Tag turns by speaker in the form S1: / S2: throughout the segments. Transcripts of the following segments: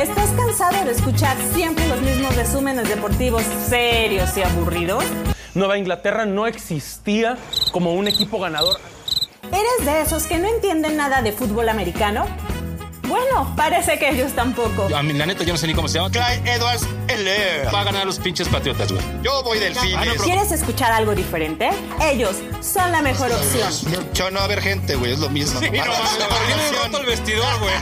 S1: ¿Estás cansado de escuchar siempre los mismos resúmenes deportivos serios y aburridos?
S2: Nueva Inglaterra no existía como un equipo ganador.
S1: ¿Eres de esos que no entienden nada de fútbol americano? Bueno, parece que ellos tampoco.
S3: A mí, la neta, yo no sé ni cómo se llama.
S4: Clyde Edwards Heller.
S3: Va a ganar los pinches patriotas, güey.
S4: Yo voy del
S3: Ah,
S4: fin.
S1: ¿Quieres escuchar algo diferente? Ellos son la mejor opción.
S4: Yo no va a ver gente, güey. Es lo mismo.
S3: Sí, no
S4: Mala
S3: mames,
S4: información.
S3: roto el vestidor, güey.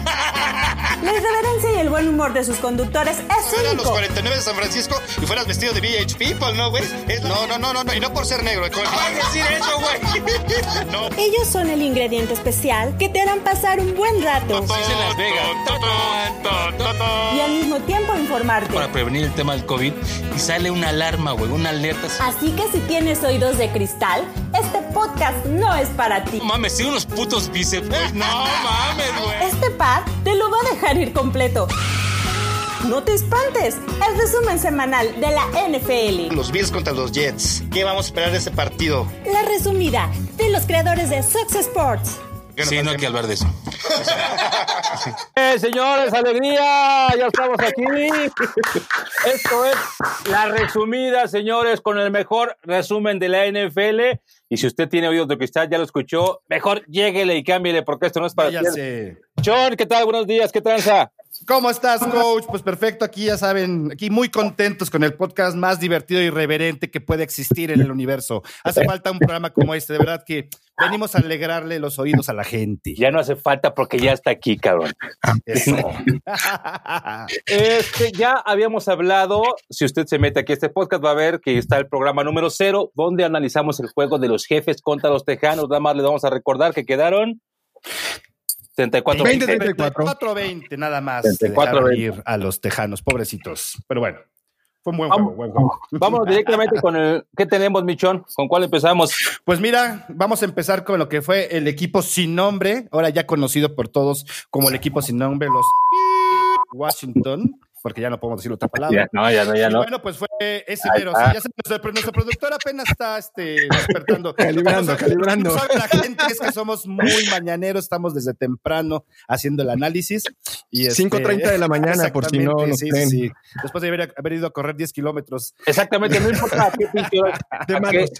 S1: La irreverencia y el buen humor de sus conductores
S4: Fuera
S1: es
S4: a los
S1: único.
S4: 49 de San Francisco y fueras vestido de VH People, ¿no, güey? Es- No, no, no, no, no. Y no por ser negro. Con...
S3: Ah, decir eso, güey?
S4: No.
S1: Ellos son el ingrediente especial que te harán pasar un buen rato
S3: en Las Vegas. Totón, totón, totón.
S1: y al mismo tiempo informarte.
S3: Para prevenir el tema del COVID y sale una alarma, güey, una alerta. así.
S1: Así que si tienes oídos de cristal, este podcast no es para ti.
S3: No Mames, sí, unos putos bíceps, güey. No mames, güey.
S1: Este par te lo va a dejar ir completo. No te espantes, el resumen semanal de la NFL.
S4: Los Bills contra los Jets. ¿Qué vamos a esperar de ese partido?
S1: La resumida de los creadores de Sox Sports.
S3: Sí, no hay que hablar de eso.
S5: Eh, señores, alegría, ya estamos aquí. Esto es la resumida, señores, con el mejor resumen de la NFL. Y si usted tiene oídos de cristal, ya lo escuchó, mejor lléguele y cámbiele, porque esto no es para ti.
S6: Váyase.
S5: John, ¿qué tal? Buenos días, ¿qué tranza?
S6: ¿Cómo estás, coach? Pues perfecto, aquí ya saben, aquí muy contentos con el podcast más divertido y irreverente que puede existir en el universo. Hace falta un programa como este, de verdad que venimos a alegrarle los oídos a la gente.
S5: Ya no hace falta porque ya está aquí, cabrón.
S6: Eso.
S5: Este, ya habíamos hablado, si usted se mete aquí a este podcast, va a ver que está el programa número cero, donde analizamos el juego de los jefes contra los tejanos. Nada más le vamos a recordar que quedaron 34
S7: 20,
S6: 4-20, nada más.
S5: 34,
S6: 34 ir a los tejanos, pobrecitos. Pero bueno, fue un buen juego, buen juego.
S5: Vamos directamente con el. ¿Qué tenemos, Michón? ¿Con cuál empezamos?
S6: Pues mira, vamos a empezar con lo que fue el equipo sin nombre, ahora ya conocido por todos como el equipo sin nombre, los Washington, porque ya no podemos decir otra palabra.
S5: no, ya no,
S6: Y bueno, pues fue ese
S5: Ahí
S6: mero.
S5: está.
S6: sí, ya se- nuestro, nuestro productor apenas está este, despertando.
S7: Calibrando,
S6: Lo que
S7: calibrando.
S6: no sabe la gente es que somos muy mañaneros, estamos desde temprano haciendo el análisis. Y este-
S7: 5:30 de la mañana, por si no
S6: Exactamente,
S7: nos
S6: sí,
S7: creen.
S6: sí. Después de haber, haber ido a correr 10 kilómetros.
S5: Exactamente, no importa a qué pinche hora-
S7: De
S5: a qué-
S7: manos.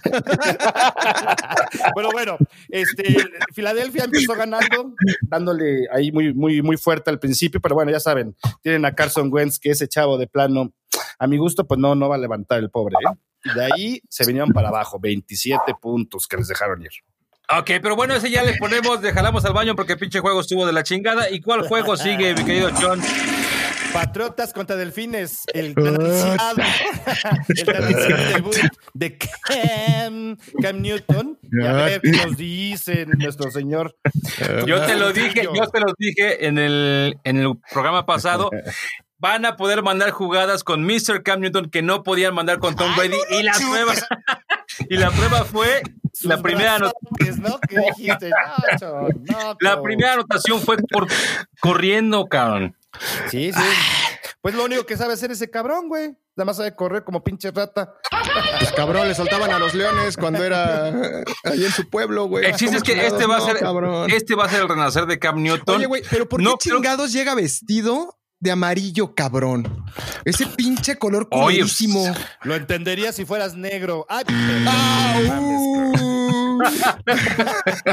S6: Pero bueno, este, Filadelfia empezó ganando, dándole ahí muy, muy, muy fuerte al principio, pero bueno, ya saben, tienen a Carson Wentz, que ese chavo de plano, a mi gusto, pues no, no va a levantar el pobre. ¿eh? Y de ahí se vinieron para abajo, 27 puntos que les dejaron ir.
S3: Ok, pero bueno, ese ya le ponemos, le jalamos al baño porque pinche juego estuvo de la chingada. ¿Y cuál juego sigue, mi querido John?
S6: Patriotas contra Delfines, el tradicionado, el tradicionado debut de Cam, Cam Newton. Y a ver qué nos dice nuestro señor.
S3: Yo te lo
S6: Sencillo.
S3: dije, yo te los dije en el, en el programa pasado. Van a poder mandar jugadas con Mr. Cam Newton que no podían mandar con Tom Brady. y la prueba, y la prueba fue la
S6: sus
S3: primera
S6: brazotes,
S3: anotación.
S6: ¿no? ¿Qué dijiste? Nacho, no,
S3: La
S6: co-
S3: primera anotación fue por corriendo, cabrón.
S6: Sí, sí. Pues lo único que sabe hacer ese cabrón, güey. Nada más sabe correr como pinche rata.
S7: Pues cabrón, le soltaban a los leones cuando era eh, ahí en su pueblo, güey.
S3: El chiste es que este va a
S7: No,
S3: ser,
S7: cabrón.
S3: este va a ser el renacer de Cam Newton.
S7: Oye, güey, pero ¿por qué
S3: No creo-
S7: chingados llega vestido de amarillo, cabrón? Ese pinche color
S3: Oye,
S7: culerísimo.
S6: Lo entendería si fueras negro. Ay, pero-
S7: Ah, uh.
S6: Ay,
S3: ¿Sabes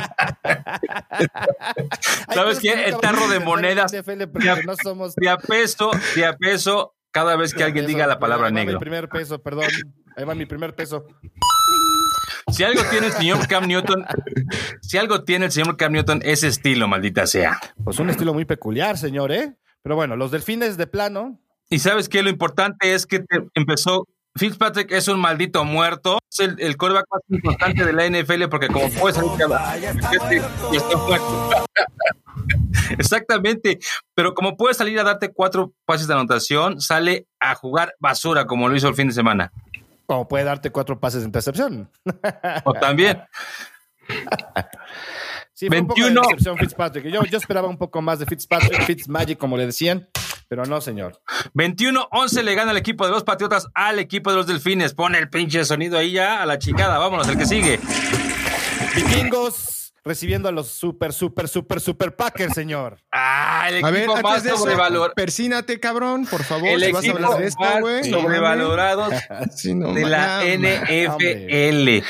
S6: cosas
S3: qué?
S6: que nunca
S3: El
S6: van a
S3: tarro de
S6: entender en
S3: monedas.
S6: NFL porque no somos
S3: de a peso, de a peso, cada vez que alguien
S6: Eso,
S3: diga la palabra
S6: ahí va
S3: negro.
S6: Mi primer peso, perdón. Ahí va mi primer peso.
S3: Si algo tiene el señor Cam Newton, si algo tiene el señor Cam Newton, es estilo, maldita sea.
S6: Pues un estilo muy peculiar, señor, ¿eh? Pero bueno, los delfines de plano.
S3: Y sabes que lo importante es que te- empezó. Fitzpatrick es un maldito muerto. Es el, el coreback más importante de la NFL porque como puedes saber cada- este- y está muerto. Exactamente. Pero como puede salir a darte cuatro pases de anotación, sale a jugar basura como lo hizo el fin de semana.
S6: Como puede darte cuatro pases de intercepción.
S3: O también.
S6: Sí, fue un
S3: 21.
S6: poco de decepción Fitzpatrick. Yo, yo esperaba un poco más de Fitzpatrick, Fitzmagic, como le decían, pero no, señor.
S3: 21-11 le gana el equipo de los Patriotas al equipo de los Delfines. Pone el pinche sonido ahí ya a la chingada. Vámonos, el que sigue.
S6: Vikingos recibiendo a los super, super, super, super Packers, señor.
S3: Ah, el
S7: A ver,
S3: equipo
S7: antes
S3: más
S7: de eso,
S3: sobrevalorado.
S7: persínate, cabrón, por favor.
S3: El
S7: si vas a
S3: equipo
S7: hablar de esto,
S3: más
S7: güey. Ah,
S3: sobrevalorado
S7: Sí, no
S3: de la E
S7: mames.
S3: NFL.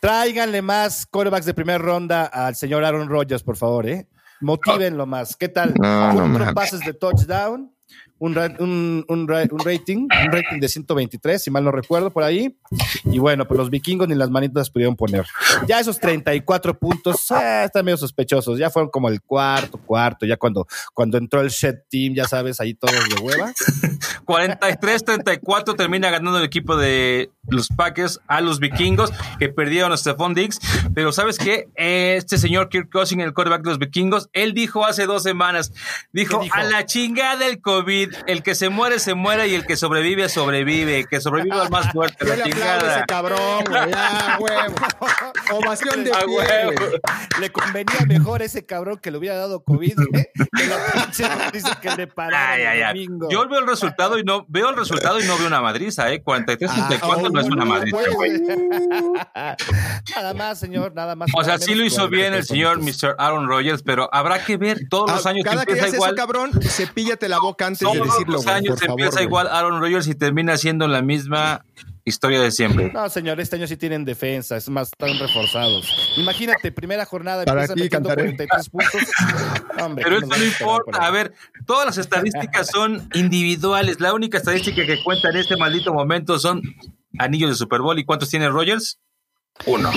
S6: Tráiganle más quarterbacks de primera ronda al señor Aaron Rodgers, por favor, ¿eh? Motívenlo más. ¿Qué tal?
S7: No, no
S6: Cuatro
S7: mames.
S6: pases de touchdown, un, ra- un- un ra- un rating, un rating de 123, si mal no recuerdo, por ahí. Y bueno, pues los vikingos ni las manitas pudieron poner. Ya esos 34 puntos eh, están medio sospechosos. Ya fueron como el cuarto, cuarto, ya cuando, cuando entró el Shed Team, ya sabes, ahí todos de hueva.
S3: 43-34 termina ganando el equipo de los Packers a los vikingos que perdieron a Stephon Diggs. Pero ¿sabes qué? Este señor Kirk Cousins, el quarterback de los vikingos, él dijo hace dos semanas, dijo,
S6: ¿Qué dijo?
S3: a la chingada el COVID, el que se muere, se muere y el que sobrevive, sobrevive, que sobrevive al más fuerte, la
S7: Yo le aplaudo a
S3: chingada.
S7: ese cabrón, güey. Ah, huevo. Ovación de
S3: Ah,
S7: pie,
S3: huevo.
S7: güey.
S6: Le convenía mejor ese cabrón que le hubiera dado COVID ¿eh? que la pinche noticia que le pararon
S3: Ay, ay,
S6: el
S3: ay.
S6: domingo.
S3: Yo veo el resultado y no veo el resultado y no veo una madriza, eh. 43-34 no es
S7: Ah,
S3: una madriza.
S6: Pues, Nada más, señor, nada más.
S3: O sea,
S6: Nada
S3: sí lo
S6: menos
S3: hizo bien el
S6: 43
S3: señor
S6: puntos.
S3: Mr. Aaron Rodgers, pero habrá que ver todos los
S7: Ah,
S3: años
S7: Cada que
S3: empieza
S7: dices eso,
S3: igual.
S7: cabrón, cepíllate la boca antes de
S3: Todos
S7: decirlo,
S3: los
S7: güey,
S3: años
S7: por favor,
S3: empieza
S7: güey.
S3: igual Aaron Rodgers y termina siendo la misma historia de siempre.
S6: No, señor, este año sí tienen defensa, es más, están reforzados. Imagínate, primera jornada,
S7: Para
S6: empiezan
S7: ti,
S6: metiendo
S7: cantaré.
S6: 43 puntos. No, hombre,
S3: Pero
S6: ¿qué
S3: eso
S6: nos
S3: no
S6: vas a esperar por
S3: importa.
S6: ahí?
S3: A ver, todas las estadísticas son individuales. La única estadística que cuenta en este maldito momento son anillos de Super Bowl. ¿Y cuántos tiene Rodgers? Uno.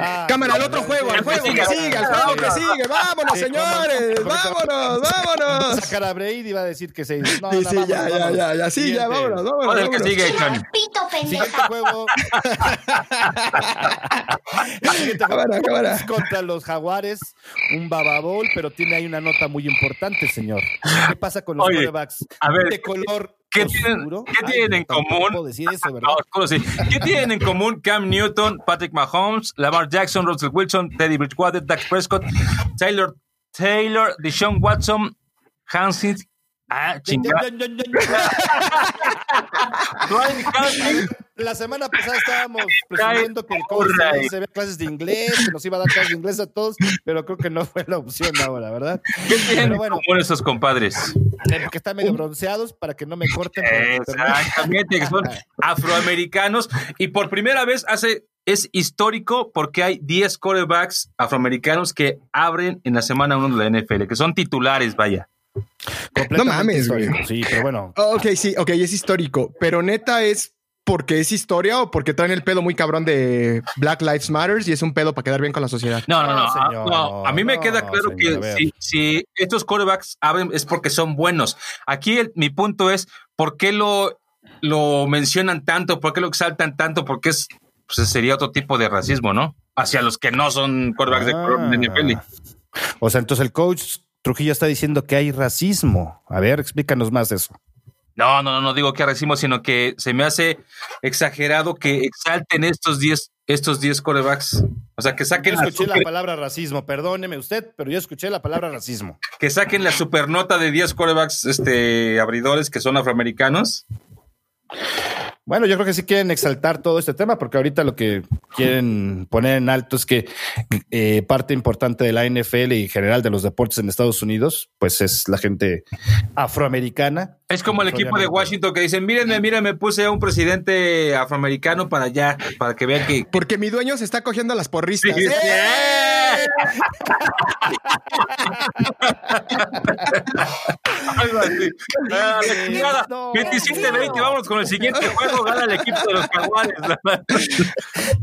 S6: Ah,
S7: Cámara, al
S6: no,
S7: otro
S6: no,
S7: juego, al
S6: no,
S7: juego que
S3: siga,
S7: sigue, al juego que sigue. Vámonos,
S6: Sí,
S7: señores.
S6: cómo no.
S7: Vámonos, vámonos.
S6: Sacar a Brady iba a decir que se. No,
S7: Sí,
S6: no,
S7: sí,
S6: vámonos,
S7: ya, ya,
S6: vámonos.
S7: ya, ya. Sí, ya,
S6: Siguiente.
S7: vámonos, vámonos.
S3: ¿Cuál es el que
S7: vámonos.
S3: sigue, Chon?
S8: Pito, pendeja.
S6: Siguiente juego. Siguiente juego.
S7: Cámara, cámara.
S6: Contra los jaguares, un bababol, pero tiene ahí una nota muy importante, señor. ¿Qué pasa con los
S3: Oye,
S6: quarterbacks?
S3: a ver,
S6: de color
S3: ¿Qué tienen,
S6: oscuro?
S3: qué
S6: Ay,
S3: tienen
S6: no,
S3: en
S6: tampoco
S3: común?
S6: puedo decir eso, ¿verdad?
S3: No, oscuro sí. ¿Qué tienen en común Cam Newton, Patrick Mahomes, Lamar Jackson, Russell Wilson, Teddy Bridgewater, Dak Prescott, Taylor Taylor, Deshaun Watson, Hansins? Ah, chingada. Ryan Hansins.
S6: La semana pasada estábamos
S3: Trae
S6: presumiendo que el coach
S3: burra ahí.
S6: se había clases de inglés, que nos iba a dar clases de inglés a todos, pero creo que no fue la opción ahora, ¿verdad?
S3: ¿Qué tienen
S6: Pero
S3: en
S6: bueno,
S3: común esos compadres?
S6: que están medio bronceados para que no me corten. por el internet.
S3: Exactamente, que son afroamericanos. Y por primera vez hace, es histórico porque hay 10 quarterbacks afroamericanos que abren en la semana 1 de la NFL, que son titulares, vaya.
S7: No
S6: Completamente
S7: mames, güey.
S6: histórico, Sí, pero bueno.
S7: Oh, Ok, sí, ok, es histórico, pero neta es porque es historia o porque traen el pedo muy cabrón de Black Lives Matters y es un pedo para quedar bien con la sociedad.
S3: No, no,
S6: No,
S3: no. a-
S6: señor,
S3: no, a mí me
S6: no,
S3: queda claro
S6: señor, a
S3: que
S6: ver.
S3: si, si estos quarterbacks abren es porque son buenos. Aquí el- mi punto es, ¿por qué lo, lo mencionan tanto? ¿Por qué lo exaltan tanto? Porque es, pues, sería otro tipo de racismo, ¿no? Hacia los que no son quarterbacks de
S6: Ah.
S3: color de NFL.
S6: O sea, entonces el coach Trujillo está diciendo que hay racismo. A ver, explícanos más eso.
S3: No, no, no, no digo que racismo, sino que se me hace exagerado que exalten estos 10 estos 10 corebacks. O sea, que
S6: Yo
S3: saquen, la
S6: escuché la
S3: super,
S6: palabra racismo, perdóneme usted, pero yo escuché la palabra racismo.
S3: que saquen la supernota de 10 corebacks este, abridores que son afroamericanos.
S6: Bueno, yo creo que sí quieren exaltar todo este tema, porque ahorita lo que quieren poner en alto es que eh, parte importante de la NFL y en general de los deportes en Estados Unidos, pues es la gente afroamericana.
S3: Es como el equipo de
S6: Obviamente.
S3: Washington que dicen, mírenme, mírenme, puse a un presidente afroamericano para allá, para que vean que...
S7: Porque mi dueño se está cogiendo a las porristas.
S3: Sí, sí.
S7: ¡Eh!
S3: Algo así. Ah, la
S6: Sí,
S3: chingada.
S6: no.
S3: 27-20, vámonos con el siguiente juego, gana el equipo de los jaguares.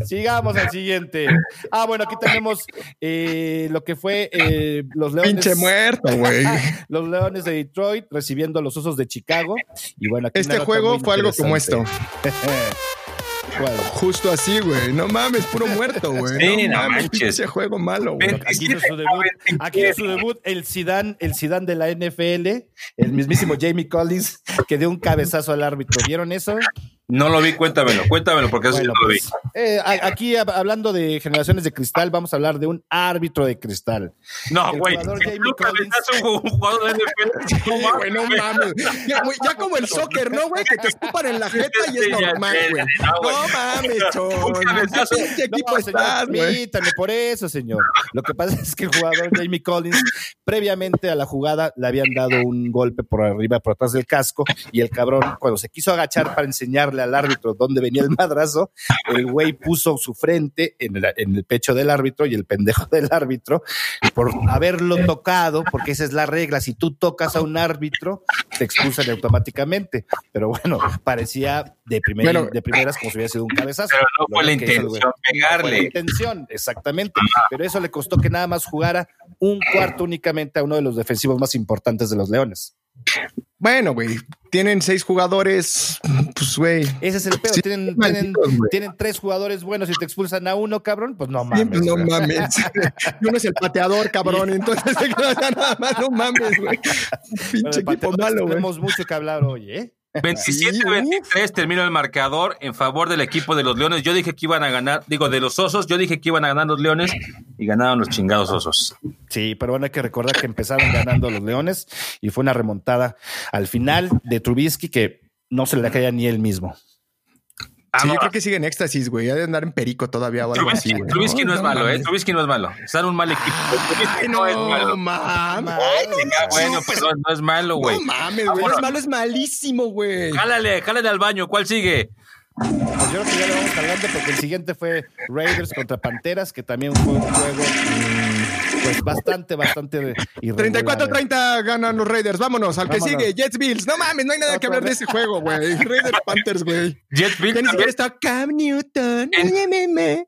S6: Sigamos al siguiente. Ah, bueno, aquí tenemos eh, lo que fue eh, los Leones.
S7: Pinche muerto, güey.
S6: Los Leones de Detroit recibiendo a los Osos de Chicago. Y bueno, aquí
S7: Este
S6: una nota
S7: juego
S6: muy
S7: fue algo como esto.
S6: interesante. ¿Cuál?
S7: Justo así, güey. No mames, puro muerto, güey.
S3: Sí, no
S7: mames,
S3: manches.
S7: pinche juego malo, güey.
S3: Ven.
S6: Aquí hizo su debut, aquí hizo su debut el Sidán, el Sidán de la NFL, el mismísimo Jamie Collins, que dio un cabezazo al árbitro. ¿Vieron eso?
S3: No lo vi, cuéntamelo, cuéntamelo, porque eso
S6: Bueno,
S3: sí no lo vi.
S6: pues, eh, a- aquí hab- hablando de generaciones de cristal, vamos a hablar de un árbitro de cristal.
S3: No,
S6: el
S3: güey.
S6: jugador
S3: si
S6: Jamie
S3: tú calentas a un jugador de NFL, no mames,
S7: Güey, no mames. Ya, güey, ya como el soccer, ¿no, güey? Que te escupan en la jeta y es
S3: Sí, ya
S7: normal,
S3: sé,
S7: güey.
S3: no, güey.
S7: No mames, chon.
S3: Un cabezazo.
S7: ¿Qué Este equipo
S6: No, señor,
S7: estás, güey?
S6: permítame, por eso, señor. Lo que pasa es que el jugador Jamie Collins, previamente a la jugada, le habían dado un golpe por arriba, por atrás del casco, y el cabrón, cuando se quiso agachar para enseñarle al árbitro dónde venía el madrazo, el güey puso su frente en el, en el pecho del árbitro y el pendejo del árbitro, por haberlo tocado, porque esa es la regla, si tú tocas a un árbitro, te expulsan automáticamente. Pero bueno, parecía de, primer-
S7: Bueno.
S6: de primeras como si hubiera sido un cabezazo.
S3: Pero no fue
S6: Lo
S3: la
S6: que hizo el güey.
S3: intención
S6: Fue la
S3: pegarle.
S6: intención, exactamente. Pero eso le costó que nada más jugara un cuarto únicamente a uno de los defensivos más importantes de los Leones.
S7: Bueno, güey, tienen seis jugadores, pues, güey.
S6: Ese es el pedo.
S7: Sí,
S6: tienen, tienen,
S7: malditos, güey.
S6: tienen tres jugadores buenos y te expulsan a uno, cabrón. Pues no
S7: Sí,
S6: mames.
S7: pues, no
S6: güey.
S7: mames. Y uno es el pateador, cabrón. y Entonces se queda nada más, no mames, güey.
S6: Bueno,
S7: Pinche
S6: de
S7: equipo
S6: pateadores
S7: malo, güey.
S6: Tenemos mucho que hablar hoy, ¿eh?
S3: 27-23 terminó el marcador en favor del equipo de los Leones. Yo dije que iban a ganar, digo, de los Osos, yo dije que iban a ganar los Leones y ganaron los chingados Osos.
S6: Sí, pero bueno, hay que recordar que empezaron ganando los Leones y fue una remontada al final de Trubisky que no se le caía ni él mismo.
S7: Sí, yo
S3: Vámonos.
S7: creo que sigue en éxtasis, güey. Ha de andar en perico todavía o algo así,
S3: Trubisky,
S7: güey.
S3: Trubisky no, es malo, ¿eh?
S7: mames.
S3: Trubisky no es malo. Están un mal equipo. Trubisky
S7: Ay,
S3: no, es
S7: no
S3: malo.
S7: mames.
S3: Ah, bueno, pues no, no es malo, güey.
S7: No mames, güey. No
S3: Vámonos. Ah,
S7: es malo, es malísimo, güey.
S3: Jálale, jálale al baño. ¿Cuál sigue?
S6: Pues yo creo que ya lo vamos hablando porque el siguiente fue Raiders contra Panteras, que también fue un juego mm, pues bastante, bastante irregular.
S7: 34-30 ganan los Raiders. Vámonos al que
S6: Vámonos.
S7: sigue. Jets Bills. No mames, no hay nada que hablar de ese juego, güey. Raiders Panthers, güey.
S3: Jetville
S7: Ya ni siquiera está Cam Newton. Me, me, me.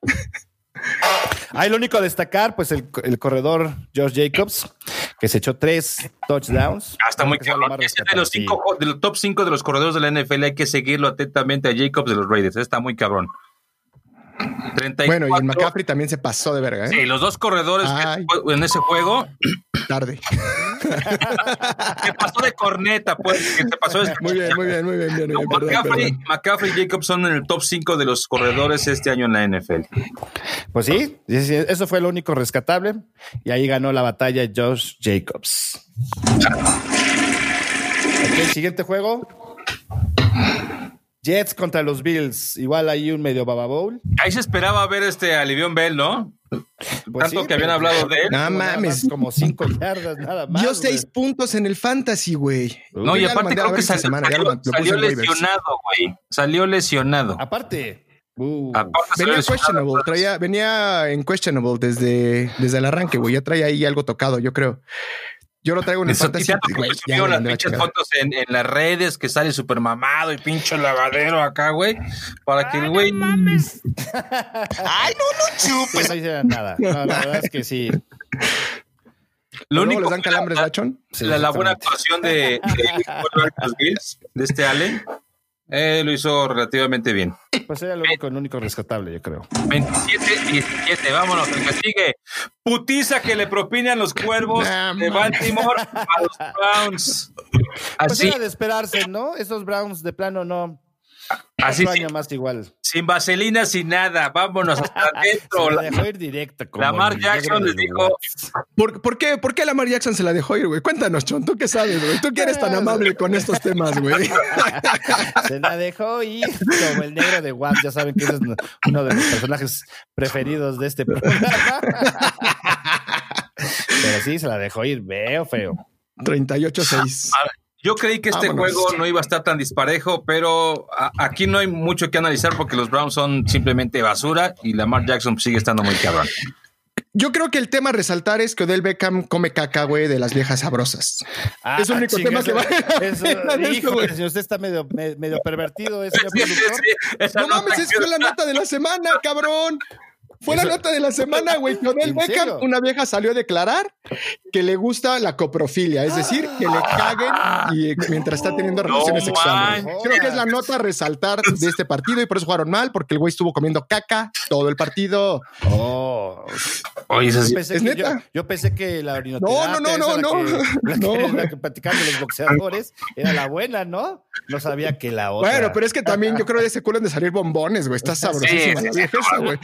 S6: Ahí lo único a destacar, pues el, el corredor Josh Jacobs, que se echó tres touchdowns.
S3: Ah, está muy
S6: Creo que es lo
S3: cabrón.
S6: más
S3: Este de los
S6: rescatable.
S3: cinco, de los top 5 de los corredores de la NFL hay que seguirlo atentamente a Jacobs de los Raiders. eh, Está muy cabrón. 34.
S7: Bueno, y el McCaffrey también se pasó de verga, ¿eh?
S3: Sí, los dos corredores que
S7: Ay.
S3: fue- en ese juego.
S7: Tarde.
S3: que pasó de corneta, pues. Que te pasó de...
S7: Muy bien, muy bien, muy bien. bien, bien, perdón,
S3: McCaffrey,
S7: perdón.
S3: McCaffrey y Jacobs son en el top 5 de los corredores este año en la NFL.
S6: Pues sí, sí, sí, eso fue lo único rescatable. Y ahí ganó la batalla Josh Jacobs. Ok, siguiente juego. Jets contra los Bills. Igual ahí un medio bababowl.
S3: Ahí se esperaba ver este a Livion Bell, ¿no?
S6: Pues
S3: Tanto
S6: sí,
S3: que habían
S6: pero-
S3: hablado de él.
S7: No
S6: Nada
S7: mames.
S6: más, Como cinco yardas, nada más.
S7: Dio
S6: güey.
S7: seis puntos en el fantasy, güey.
S3: No, y
S7: Yo pues, ya lo
S3: aparte
S7: mandé a
S3: creo
S7: ver
S3: que
S7: esta
S3: salió,
S7: semana, ya lo- lo
S3: salió-
S7: puse en
S3: salió
S7: waivers.
S3: lesionado, güey. Salió lesionado.
S6: Aparte. Uh,
S3: Aparte salió
S7: Ah, Venía
S3: lesionado.
S7: questionable, traía, venía en questionable desde, desde el arranque, güey. Ya traía ahí algo tocado, yo creo. Yo lo traigo en el
S3: Eso,
S7: fantasy.
S3: ya,
S7: güey,
S3: pues,
S7: ya
S3: vio
S7: me
S3: las
S7: mandé la
S3: pinches
S7: chingada.
S3: fotos en, en las redes que sale súper mamado y pinche lavadero acá, güey. Para que el güey.
S4: Ay, no, no
S6: pues
S4: chupes.
S6: no hicieron nada. No, la verdad es que sí.
S3: Lo
S7: Luego
S3: único.
S7: les dan
S3: que
S7: calambres,
S3: la-
S7: Lachón.
S6: Sí,
S3: la, la
S6: exactamente.
S3: buena actuación de, de los Bills, de este Allen, eh, lo hizo relativamente bien.
S6: Pues era lo único, lo único rescatable, yo creo.
S3: 27-17, vámonos, el que sigue. Putiza que le propinan los cuervos
S7: Nah,
S3: de Baltimore a los Browns.
S6: Pues
S3: Así,
S6: era de esperarse, ¿no? Esos Browns de plano no.
S3: así
S6: Otro
S3: sin,
S6: año más igual.
S3: sin vaselina, sin nada. Vámonos hasta adentro.
S6: Se la
S3: La-
S6: dejó ir directa. como
S3: Lamar
S6: el negro
S3: Jackson
S6: del
S3: les dijo,
S7: ¿Por, por qué, ¿Por qué Lamar Jackson se la dejó ir, güey? Cuéntanos, Chon, ¿tú qué sabes, güey? ¿Tú que eres tan amable con estos temas, güey?
S6: Watt. Se la dejó ir como el negro de Watt. Ya saben que ese es uno de los personajes preferidos de este programa. Pero sí, se la dejó ir. Veo feo.
S7: 38-6.
S3: Yo creí que este
S7: Vámonos.
S3: juego no iba a estar tan disparejo, pero a- aquí no hay mucho que analizar porque los Browns son simplemente basura y Lamar Jackson sigue estando muy cabrón.
S7: Yo creo que el tema a resaltar es que Odell Beckham come caca, güey, de las viejas sabrosas.
S6: Ah,
S7: Es el único
S6: chinga,
S7: tema que vale la
S6: Eso,
S7: pena de esto,
S6: híjole,
S7: güey.
S6: señor, usted está medio, me- medio pervertido, es señor productor.
S3: Esa
S7: No mames,
S3: nota
S7: esa fue la nota de la semana, cabrón. Fue la
S6: Eso-
S7: nota de la semana, güey. Con el
S6: ¿En
S7: Beckham,
S6: serio?
S7: una vieja salió a declarar que le gusta la coprofilia, es decir, que le caguen y, eh, mientras está teniendo relaciones sexuales.
S6: manches.
S7: Creo que es la nota a resaltar de este partido y por eso jugaron mal, porque el güey estuvo comiendo caca todo el partido.
S6: Oh,
S3: Oye, eso
S6: yo
S3: sí.
S6: pensé
S7: ¿Es
S6: que-
S7: neta?
S6: Yo, yo pensé que la
S7: No,
S6: orinoterapia,
S7: no, no,
S6: esa
S7: no,
S6: la que- La
S7: no.
S6: que,
S7: No.
S6: la que platicaban de los boxeadores era la buena, ¿no? No sabía que la otra.
S7: Bueno, pero es que también yo creo que ese culo han de salir bombones, güey. Está sabrosísima
S3: Sí, sí,
S7: la vieja esa, güey.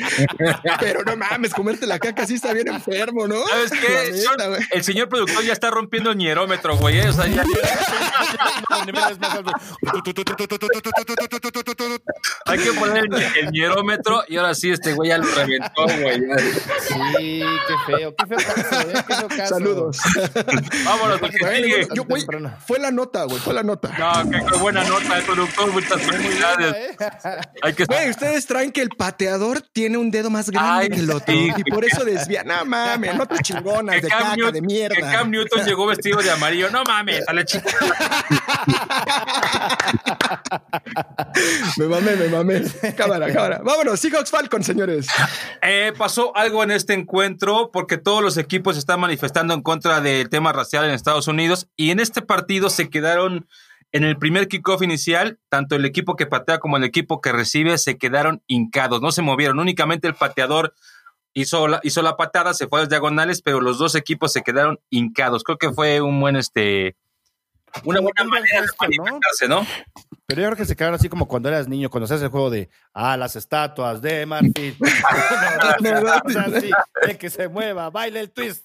S7: Pero no mames, comerte la caca sí está bien enfermo, ¿no?
S3: ¿Sabes
S7: La
S3: qué?
S7: neta,
S3: Sean,
S7: güey.
S3: el señor productor ya está rompiendo el hierómetro, güey. ¿eh? O sea, ya-
S6: No, ni me des más algo.
S3: hay que poner el, el hierómetro y ahora sí, este güey ya lo reventó, güey. ya.
S6: Sí, qué feo, qué feo caso, ¿eh? Qué feo caso.
S7: Saludos.
S3: Vámonos, lo que
S7: Bueno,
S3: sigue.
S7: yo, güey,
S6: Temprano.
S7: fue la nota, güey, fue la nota.
S3: No, qué, qué buena nota, el productor. Muchas felicidades.
S6: ¿Eh?
S3: Hay que
S7: Güey, ustedes traen que el pateador tiene un dedo más grande
S3: Ay,
S7: que el otro
S3: sí.
S7: y por eso desvía. No mames, no te chingonas de caca,
S3: Newt-
S7: de
S3: que Cam
S7: mierda.
S3: Newton llegó vestido de amarillo. No mames, a la chica.
S7: Me mamé, me mamé. Cámara, cámara. Vámonos, Seahawks Falcon, señores.
S3: Eh, pasó algo en este encuentro porque todos los equipos están manifestando en contra del tema racial en Estados Unidos y en este partido se quedaron en el primer kickoff inicial, tanto el equipo que patea como el equipo que recibe se quedaron hincados, no se movieron, únicamente el pateador hizo la, hizo la patada, se fue a las diagonales, pero los dos equipos se quedaron hincados. Creo que fue un buen este una
S6: Como
S3: buena
S6: un buen
S3: manera de
S6: gesto, ¿no?
S3: manifestarse, ¿no?
S6: Pero yo creo que se quedaron así como cuando eras niño, cuando se hace el juego de ah, las estatuas de marfil. O sea, sí, de que se mueva, baile el twist.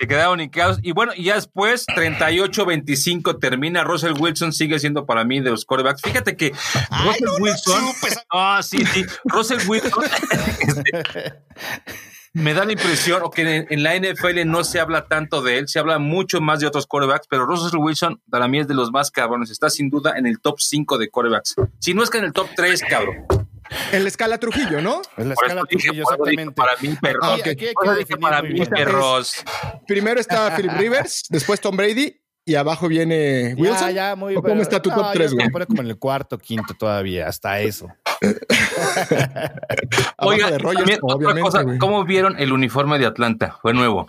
S3: Se quedaron hincados. Y bueno, y ya después, 38-25 termina. Russell Wilson sigue siendo para mí de los quarterbacks. Fíjate que Russell Wilson. Ah, sí, sí. Russell Wilson. este, me da la impresión o que en, en la NFL no se habla tanto de él, se habla mucho más de otros quarterbacks, pero Russell Wilson para mí es de los más cabrones. Está sin duda en el top 5 de quarterbacks. Si no es que en el top 3, cabrón.
S7: En la escala Trujillo, ¿no?
S6: En la
S3: Por
S6: escala
S3: eso dije,
S6: Trujillo,
S3: por eso dije,
S6: exactamente.
S3: Para mí, perros.
S7: Ah, ok.
S6: Aquí hay que
S3: Por eso dije,
S6: definir
S3: para
S6: muy
S3: mí,
S6: bien.
S3: perros.
S7: Primero está Philip Rivers, después Tom Brady y abajo viene Wilson.
S6: Ya, ya, muy
S7: ¿O ¿Cómo
S6: pero-
S7: está tu
S6: no,
S7: top
S6: yo
S7: 3,
S6: te
S7: güey?
S6: lo pongo como en el cuarto, quinto todavía, hasta eso.
S7: Abajo
S3: Oiga,
S7: de Rogers,
S3: también otra
S7: obviamente,
S3: cosa,
S7: güey.
S3: ¿cómo vieron el uniforme de Atlanta? Fue nuevo.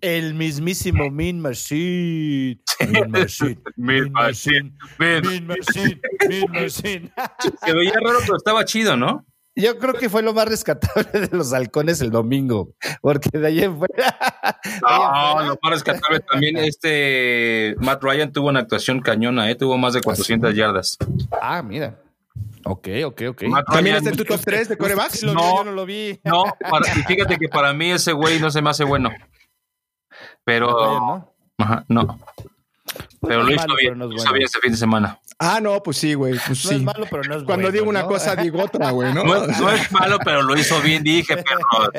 S6: El mismísimo Min Machine. Min Machine.
S3: Min Machine, Min.
S6: Min Machine. Min Machine.
S3: Se veía raro, pero estaba chido, ¿no?
S6: Yo creo que fue lo más rescatable de los halcones el domingo, porque de ahí en fuera.
S3: Ah, No, lo más rescatable también este Matt Ryan tuvo una actuación cañona, ¿eh? tuvo más de 400 yardas.
S6: Ah, mira. Ok, ok, ok.
S3: Matt
S7: También
S3: Ryan-
S7: este está en tu top 3 de corebacks.
S6: Lo
S3: No.
S6: vi, yo no lo vi.
S3: No, para- y fíjate que para mí ese güey no se me hace bueno.
S6: Oye,
S3: Pero
S6: ¿no?
S3: ajá, no. Pero
S6: no
S3: lo
S6: es
S3: hizo
S6: malo,
S3: bien,
S6: pero no es
S3: lo hizo
S6: bueno.
S3: bien este fin de semana.
S7: Ah, no, pues sí, güey, pues
S6: No es
S7: sí.
S6: malo, pero no es
S7: Cuando
S6: bueno,
S7: digo una
S6: ¿no?
S7: cosa, digo otra, güey, ¿no?
S3: No, es- no es malo, pero lo hizo bien, dije, perro.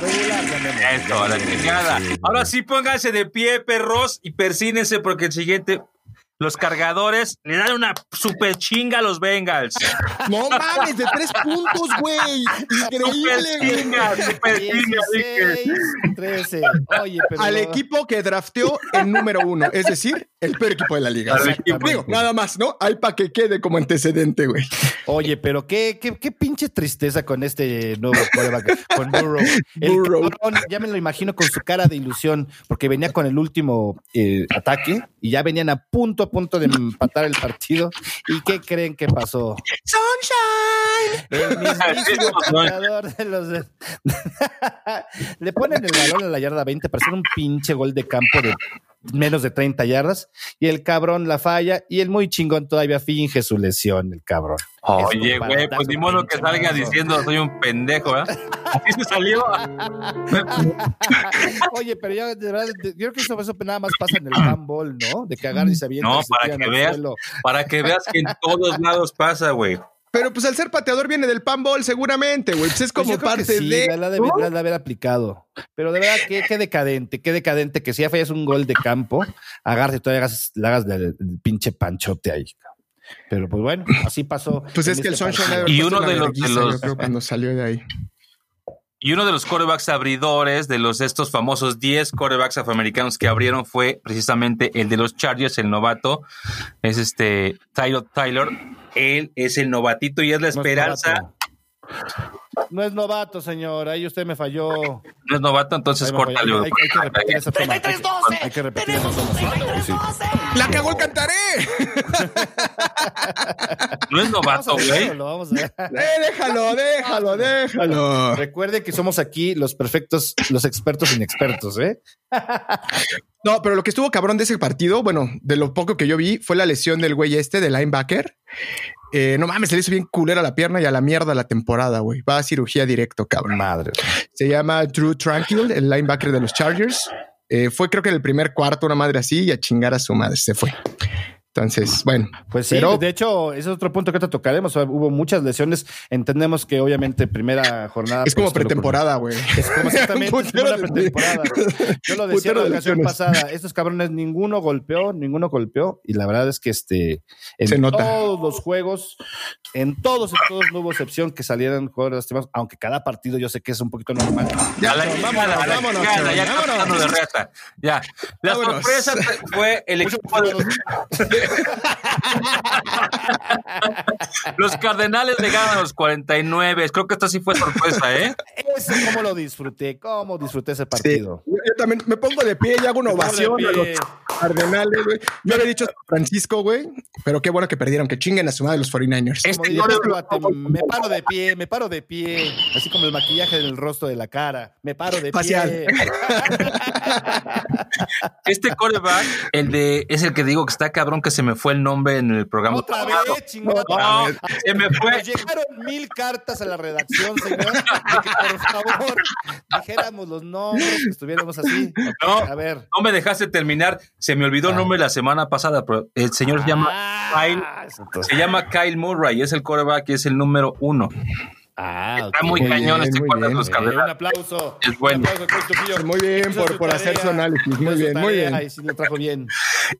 S6: Regular, ganemos.
S3: Eso, a la chingada. Ahora sí pónganse de pie, perros, y persínense porque el siguiente, los cargadores le dan una super chinga a los Bengals.
S7: No mames, de tres puntos, güey.
S3: Super
S7: Increíble, güey.
S3: chinga, super chinga, dije.
S6: 16, 13. Oye, pero.
S7: Al equipo que drafteó el número uno, es decir, el peor equipo de la liga.
S3: Al
S7: Exactamente.
S3: equipo.
S7: Digo, nada más, ¿no? Hay para que quede como antecedente, güey.
S6: Oye, pero qué, qué, qué pinche tristeza con este nuevo quarterback, con Burrow. El
S7: Burrow.
S6: cabrón, ya me lo imagino con su cara de ilusión, porque venía con el último eh, ataque y ya venían a punto a punto de empatar el partido. ¿Y qué creen que pasó?
S7: Sunshine.
S6: El mismísimo pateador de los. de- Le ponen el balón a la yarda 20 para hacer un pinche gol de campo de menos de 30 yardas y el cabrón la falla y el muy chingón todavía finge su lesión, el cabrón.
S3: Oye,
S6: Es un
S3: güey, pues
S6: baratazo,
S3: ni modo que
S6: pinche
S3: salga
S6: mazo.
S3: diciendo soy un pendejo, ¿verdad? Así se salió.
S6: Oye, pero yo, de verdad, de- yo creo que eso, eso nada más pasa en el handball, ¿no? De cagar y se avientan
S3: No,
S6: y se
S3: para
S6: tiran
S3: que
S6: al
S3: veas.
S6: suelo.
S3: Para que veas que en todos lados pasa, güey.
S7: Pero pues al ser pateador viene del panball seguramente, güey. Pues
S6: Pues
S7: es como
S6: yo creo que
S7: parte
S6: sí,
S7: de...
S6: La, la debe- la de haber aplicado. Pero de verdad, qué, qué decadente, qué decadente que si ya fallas un gol de campo, agarras y todavía hagas, le hagas del, del pinche panchote ahí. Pero pues bueno, así pasó.
S7: Pues
S6: en
S7: es que el
S6: este
S7: Sunshine...
S6: partido.
S7: le había
S3: Y
S7: puesto
S3: uno
S7: una
S3: de los-
S7: vergüenza,
S3: de los-
S7: yo creo, cuando salió de ahí.
S3: Y uno de los corebacks abridores de los estos famosos 10 corebacks afroamericanos que abrieron fue precisamente el de los Chargers, el novato, es este Tyler Tyler. Él es el novatito y es la
S6: No es
S3: esperanza.
S6: No es novato, señor. Ahí usted me falló.
S3: No es novato, entonces
S6: Ahí me falló.
S3: córtale.
S6: Hay, hay que repetir esa toma. Hay que,
S8: 33-12.
S6: hay que repetir esa
S8: Tenemos un
S6: toma.
S8: 33-12.
S7: ¡La cagó el cantaré!
S3: No es novato,
S6: Vamos a
S3: güey.
S6: verlo, lo vamos a ver.
S7: Eh, déjalo, déjalo, déjalo.
S6: Recuerde que somos aquí los perfectos, los expertos inexpertos, ¿eh?
S7: No, pero lo que estuvo cabrón de ese partido, bueno, de lo poco que yo vi, fue la lesión del güey este, del linebacker. Eh, no mames, se le hizo bien culera la pierna y a la mierda la temporada, güey. Va a cirugía directo, cabrón.
S6: Madre.
S7: Se llama Drew Tranquil, el linebacker de los Chargers. Eh, fue creo que en el primer cuarto una madre así y a chingar a su madre se fue. Entonces, bueno,
S6: Pues sí,
S7: Pero-
S6: de hecho, ese es otro punto que te tocaremos. Hubo muchas lesiones. Entendemos que obviamente primera jornada.
S7: es como
S6: pues,
S7: pretemporada, güey.
S6: Es como exactamente es como
S7: Putero
S6: la
S7: de-
S6: pretemporada. Yo lo decía
S7: Putero
S6: la
S7: de
S6: ocasión
S7: lesiones.
S6: pasada. Estos cabrones, ninguno golpeó, ninguno golpeó. Y la verdad es que este, en
S7: Se nota.
S6: todos los juegos, en todos, en todos no hubo excepción que salieran jugadores lastimados, aunque cada partido yo sé que es un poquito normal.
S3: a la
S7: vámonos,
S3: chingada, a la
S7: vámonos,
S3: chingada,
S7: Charlie,
S3: ya
S7: vámonos.
S3: cortando de reta. Ya. La
S7: Vámonos.
S3: sorpresa fue el equipo de los Cardenales le ganan a los 49. Creo que esta sí fue sorpresa, ¿eh?
S6: Ese, ¿Cómo lo disfruté? ¿Cómo disfruté ese
S7: Sí.
S6: partido?
S7: Yo también me pongo de pie y hago una ovación
S6: de
S7: a los
S6: pie.
S7: cardenales, güey. Yo había dicho San Francisco, güey, pero qué bueno que perdieron, que chinguen a su madre los 49ers.
S6: Como
S3: Este
S6: diría
S3: gol-
S6: este cuate, me paro de pie, me paro de pie, así como el maquillaje del rostro de la cara, me paro de
S7: Facial.
S6: pie.
S3: Este coreback, el de, es el que digo que está cabrón que se me fue el nombre en el programa.
S6: Otra vez, chingada.
S3: No, se me fue.
S6: Nos llegaron mil cartas a la redacción, señor, de que por favor dijéramos los nombres, que estuviéramos así.
S3: No.
S6: A ver.
S3: No me dejaste terminar. Se me olvidó el nombre la semana pasada, pero el señor se llama Kyle.
S6: Ah,
S3: Se llama Kyle Murray, es el coreback y es el número uno.
S6: Ah,
S3: Está muy,
S7: Muy
S3: cañón
S7: bien,
S3: este
S7: muy
S3: cuadro de
S7: bien.
S3: los
S6: Eh, un
S3: Cardenales.
S6: aplauso.
S3: Es bueno.
S6: Un aplauso, Cruz Trujillo.
S7: Muy bien
S6: Hizo
S7: por- por hacer su análisis. Muy
S6: Hizo su
S7: bien, muy
S6: tarea
S7: bien.
S6: Y sí lo trajo bien.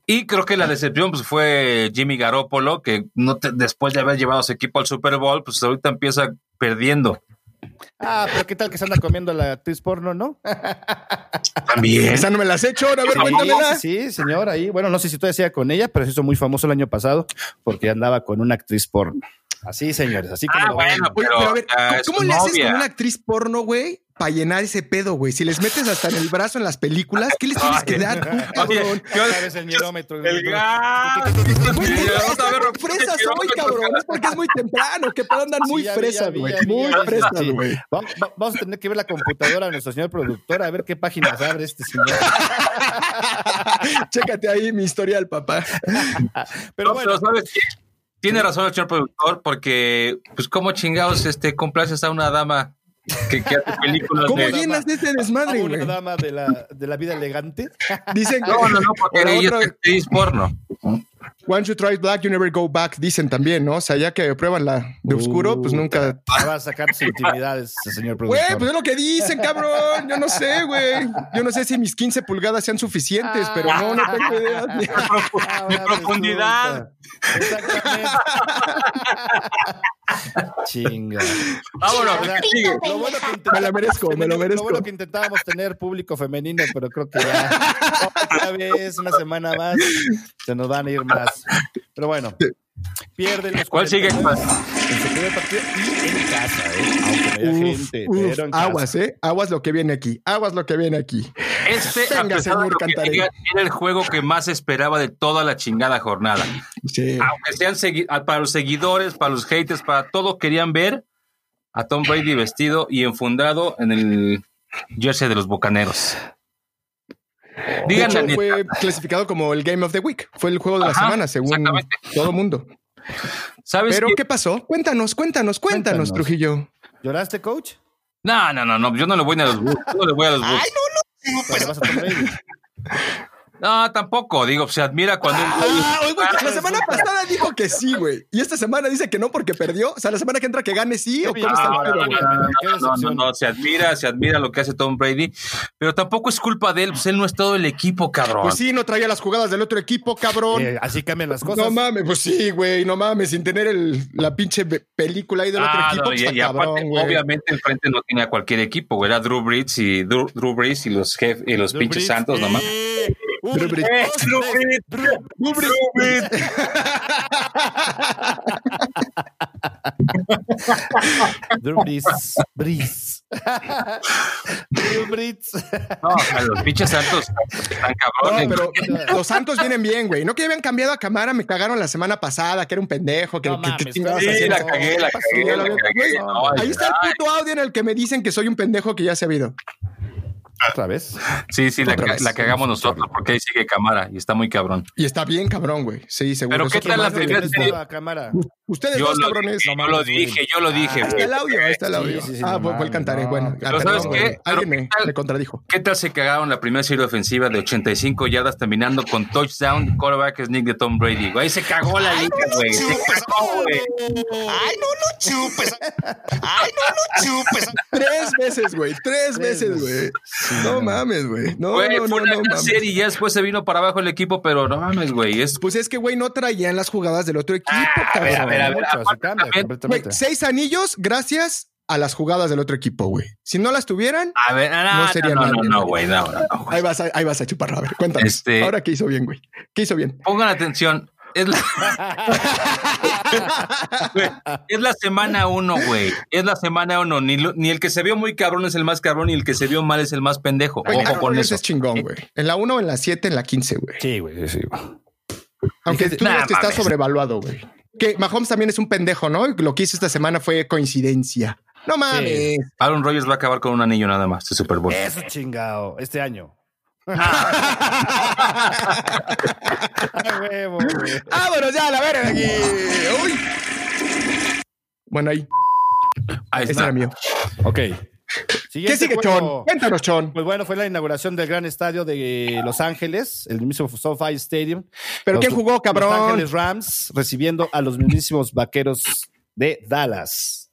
S3: Y creo
S6: Ah.
S3: que la decepción pues, fue Jimmy Garoppolo, que no te- después de haber llevado a su equipo al Super Bowl, pues ahorita empieza perdiendo.
S6: Ah, pero qué tal que se anda comiendo la actriz porno, ¿no?
S3: También.
S7: Esa no me las he hecho, ahora a ver,
S3: Sí.
S7: cuéntamela.
S6: Sí, señor, ahí. Bueno, no sé si todavía siga con ella, pero se hizo muy famoso el año pasado porque andaba con una actriz porno. Así, señores, así como
S3: Ah,
S6: lo ven.
S3: bueno,
S7: Oye, pero a ver,
S3: ah, es
S7: ¿cómo
S3: su
S7: le haces
S3: novia.
S7: con una actriz porno, güey? Para llenar ese pedo, güey. Si les metes hasta en el brazo en las películas, ¿qué les tienes que
S3: Oye,
S7: dar, tú,
S3: Oye,
S7: cabrón?
S3: yo-
S6: Otra vez el mielómetro.
S3: El gas. Mira,
S7: Güey, están
S3: vamos a ver,
S7: muy
S3: Roberto,
S7: fresas
S3: que
S7: hoy,
S3: vamos a
S7: cabrón. Es porque es muy temprano. Que puedan andar muy
S6: Ah, ya vi, ya
S7: fresas,
S6: vi,
S7: güey.
S6: ya vi,
S7: Muy
S6: ya vi,
S7: fresas,
S6: sí.
S7: güey.
S6: Va- va- Vamos a tener que ver la computadora de nuestro señor productor a ver qué páginas abre este señor.
S7: Chécate ahí mi historial, papá.
S6: Pero
S3: No,
S6: bueno,
S3: pero ¿sabes qué? Tiene razón el señor productor, porque, pues, ¿cómo chingados este, complaces a una dama que, que hace películas
S7: ¿Cómo
S3: de.
S7: llenas de ese
S6: a
S7: desmadre,
S6: una
S7: güey?
S6: dama de la, de la vida elegante.
S7: Dicen que.
S3: No, no, no, porque
S7: O la
S3: ella
S7: otra-
S3: es actriz porno.
S7: Once you try black, you never go back, dicen también, ¿no? O sea, ya que prueban la de oscuro, pues nunca.
S6: Ahora Va a sacar sus intimidades, señor
S7: Güey,
S6: productor.
S7: pues es lo que dicen, cabrón. Yo no sé, güey. Yo no sé si mis 15 pulgadas sean suficientes, pero no, no
S3: Ah.
S7: tengo idea.
S6: Ahora
S3: De profundidad.
S6: resulta. Exactamente. Chinga.
S3: Vámonos,
S6: Ahora,
S3: que sigue.
S6: Lo bueno que
S7: Me la
S6: intentábamos
S7: merezco, me la
S6: femenino-
S7: merezco.
S6: bueno que intentábamos tener público femenino, pero creo que ya otra vez, una semana más, se nos van a ir más. Pero bueno, pierden los
S3: ¿Cuál sigue? Pues,
S6: 49 en su primer partido y en casa, ¿eh? Aunque no haya
S7: Uf,
S6: gente,
S7: uf,
S6: pero en casa.
S7: aguas, ¿eh? Aguas lo que viene aquí. Aguas lo que viene aquí.
S3: Este, a
S7: Venga,
S3: pesar de
S7: señor
S3: lo que
S7: Cantarelli.
S3: digan, era el juego que más esperaba de toda la chingada jornada.
S7: Sí.
S3: Aunque sean segui- a- para los seguidores, para los haters, para todo, querían ver a Tom Brady vestido y enfundado en el jersey de los bucaneros.
S7: De
S3: Digan la
S7: hecho,
S3: neta.
S7: fue clasificado como el Game of the Week. Fue el juego de la
S3: Ajá,
S7: semana, según
S3: exactamente. Pues
S7: todo mundo.
S3: ¿Sabes
S7: Pero,
S3: qué?
S7: ¿qué pasó? Cuéntanos, cuéntanos, cuéntanos,
S6: Cuéntanos.
S7: Trujillo.
S6: ¿Lloraste, coach? Pues
S3: No, no, no, no, yo no le voy ni a los Bulls. Yo no le voy a los Bulls.
S6: Pero vas a Tom Brady.
S3: No, tampoco. Digo, se admira cuando un güey-
S7: Ah, oye, güey, la semana pasada dijo que sí, güey. Y esta semana dice que no porque perdió. O sea, la semana que entra que gane sí o cómo está el
S3: No,
S7: pedo,
S3: no,
S7: güey?
S3: no,
S6: Qué
S3: no, no, no,
S6: decepción.
S3: no, se admira, se admira lo que hace Tom Brady, pero tampoco es culpa de él, pues él no es todo el equipo, cabrón.
S7: Pues sí, no traía las jugadas del otro equipo, cabrón.
S6: Eh, así cambian las cosas.
S7: No mames, pues sí, güey, no mames, sin tener el- la pinche be- película ahí del otro
S3: Ah,
S7: equipo,
S3: no,
S7: pues
S3: y,
S7: está
S3: y aparte,
S7: cabrón, güey.
S3: obviamente, el frente no tenía cualquier equipo, güey. Era Drew Brees y Drew, Drew Brees y los jef- y los
S6: Drew
S3: pinches
S6: Brees,
S3: santos nomás.
S6: eh, un,
S7: Drew Brees.
S6: dos, tres, Drew. Drew Brees. Brees. Drew Brees.
S3: No, o sea, los pinches santos están cabrones.
S7: No, pero los Santos vienen bien, güey. No que ya habían cambiado a cámara, me cagaron la semana pasada, que era un pendejo, que,
S6: No
S7: que- que
S6: mames,
S7: chingados
S3: Sí,
S7: haciendo.
S3: la cagué, la
S6: pasó?
S3: cagué, la cagué.
S7: Güey,
S3: No,
S7: Ahí está el puto audio en el que me dicen que soy un pendejo que ya se ha habido.
S6: Otra vez.
S3: Sí, sí, la,
S7: Otra
S3: ca-
S7: vez.
S3: la cagamos nosotros porque ahí sigue Camara y está muy cabrón.
S7: Y está bien, cabrón, güey. Sí, seguro.
S3: Pero
S7: Es
S3: ¿qué
S7: otro
S3: tal la
S7: más de-
S3: primera
S6: ¿Quién
S3: serie?
S6: estaba a cámara?
S7: Ustedes
S3: Yo
S7: dos,
S3: lo,
S7: cabrones.
S3: dije, yo lo dije, yo lo dije.
S7: Ah, está
S3: güey.
S7: el audio, ahí está el audio.
S6: sí, sí,
S7: ah,
S6: no
S7: pues,
S6: mames,
S7: cantaré.
S6: no.
S7: Bueno,
S6: Pero
S7: ah,
S3: ¿sabes
S7: perdón,
S3: qué?
S7: güey. Alguien me,
S3: Pero-
S7: me contradijo.
S3: ¿Qué tal se cagaron la primera serie ofensiva de 85 yardas terminando con touchdown quarterback sneak de Tom Brady? Güey, se cagó la liga, güey. Se cagó, güey.
S4: Ay, no lo chupes. Ay, no lo chupes.
S7: Tres veces, güey. Tres veces, güey. No mames, güey. No,
S3: Güey,
S7: no,
S3: fue
S7: no,
S3: una
S7: no
S3: gran
S7: mames.
S3: serie y ya después se vino para abajo el equipo, pero no mames, güey. Es...
S7: Pues es que, güey, no traían las jugadas del otro equipo,
S3: A ver, a
S7: cabrón.
S3: ver, a ver.
S6: Mucho, se
S3: aparte
S6: cambia
S3: también-
S7: Güey,
S6: completamente.
S7: seis anillos gracias a las jugadas del otro equipo, güey. Si no las tuvieran,
S3: A ver, no,
S7: No
S3: no,
S7: sería
S3: no, no,
S7: nadie,
S3: no,
S7: güey.
S3: güey, no, no, no, güey.
S7: ahí vas a, ahí vas a chuparla. A ver, cuéntame.
S3: Este-
S7: Ahora, ¿qué hizo bien, güey? ¿Qué hizo bien?
S3: Pongan atención. Es la, Güey, es la semana uno, güey. Es la semana uno. Ni, lo- ni el que se vio muy cabrón es el más cabrón, ni el que se vio mal es el más pendejo.
S7: Güey, Nick
S3: Ojo con
S7: Foles
S3: eso.
S7: es chingón, güey. En la 1, en la 7, en la 15, güey.
S6: Sí, güey, sí, güey.
S7: Aunque tú
S3: Nah,
S7: digas que está
S3: mames.
S7: sobrevaluado, güey. Que Mahomes también es un pendejo, ¿no? Lo que hizo esta semana fue coincidencia. No mames.
S3: Aaron Rodgers va a acabar con un anillo nada más de Super Bowl.
S6: Eso chingado, este año.
S3: Ah.
S6: A huevo, güey.
S7: ¡Vámonos ya a la verga de aquí! ¡Uy! Bueno, ahí.
S3: Ahí
S7: Ese
S3: está.
S7: era mío.
S6: Ok.
S7: ¿Qué sigue, Chon?
S6: juego.
S7: Cuéntanos, Chon.
S6: Pues bueno, fue la inauguración del gran estadio de Los Ángeles, el mismo SoFi Stadium.
S7: ¿Pero
S6: Los-
S7: quién jugó, cabrón?
S6: Los Ángeles Rams recibiendo a los mismísimos vaqueros de Dallas.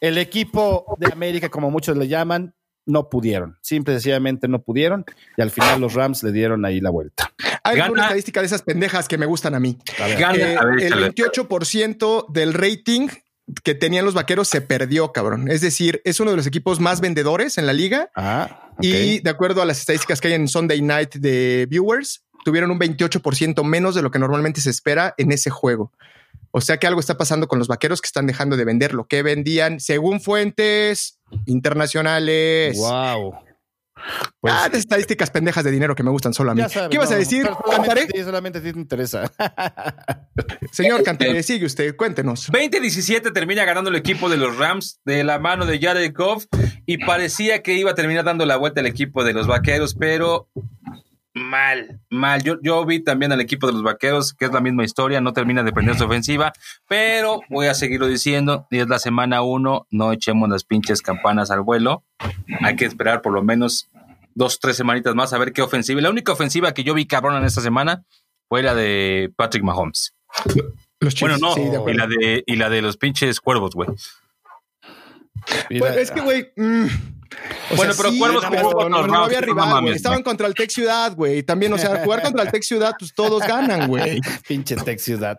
S6: El equipo de América, como muchos le llaman, no pudieron. Simple y sencillamente no pudieron. Y al final los Rams le dieron ahí la vuelta.
S7: Hay
S3: Gana-
S7: alguna estadística de esas pendejas que me gustan a mí.
S6: A ver.
S3: Gana-
S7: Eh,
S3: a ver,
S7: el
S3: échale.
S7: 28% del rating que tenían los vaqueros se perdió, cabrón. Es decir, es uno de los equipos más vendedores en la liga
S6: Ah, ok.
S7: y de acuerdo a las estadísticas que hay en Sunday Night de viewers, tuvieron un 28% menos de lo que normalmente se espera en ese juego. O sea que algo está pasando con los vaqueros que están dejando de vender lo que vendían según fuentes internacionales.
S6: Wow.
S7: ah,
S3: Pues,
S7: de estadísticas pendejas de dinero que me gustan solo a mí.
S6: Ya sabes,
S7: ¿Qué ibas a
S6: no,
S7: decir?
S6: Solamente,
S7: Cantaré.
S6: a ti- solamente a ti te interesa.
S7: Señor Cantaré, sigue usted, cuéntenos.
S3: 20-17 termina ganando el equipo de los Rams de la mano de Jared Goff y parecía que iba a terminar dando la vuelta al equipo de los Vaqueros, pero mal, mal. Yo, yo vi también al equipo de los Vaqueros, que es la misma historia, no termina de prender su ofensiva, pero voy a seguirlo diciendo, y es la semana uno, no echemos las pinches campanas al vuelo, hay que esperar por lo menos dos, tres semanitas más a ver qué ofensiva. Y La única ofensiva que yo vi cabrón en esta semana fue la de Patrick Mahomes.
S7: Los
S3: Bueno,
S7: Chiefs,
S3: no,
S7: sí, de
S3: y,
S7: acuerdo.
S3: la de, y la de los pinches cuervos, güey.
S7: Pues, es que, güey. mm, o
S3: Bueno, pero Cuervos
S7: pero
S3: jugó
S7: no,
S3: con los
S7: no
S3: Rams,
S7: había
S3: no
S7: rival, güey.
S3: mames,
S7: Estaban
S3: güey.
S7: contra el Tech Ciudad, güey. También, o sea, jugar contra el Tech Ciudad, pues todos ganan, güey.
S6: pinche Tech Ciudad.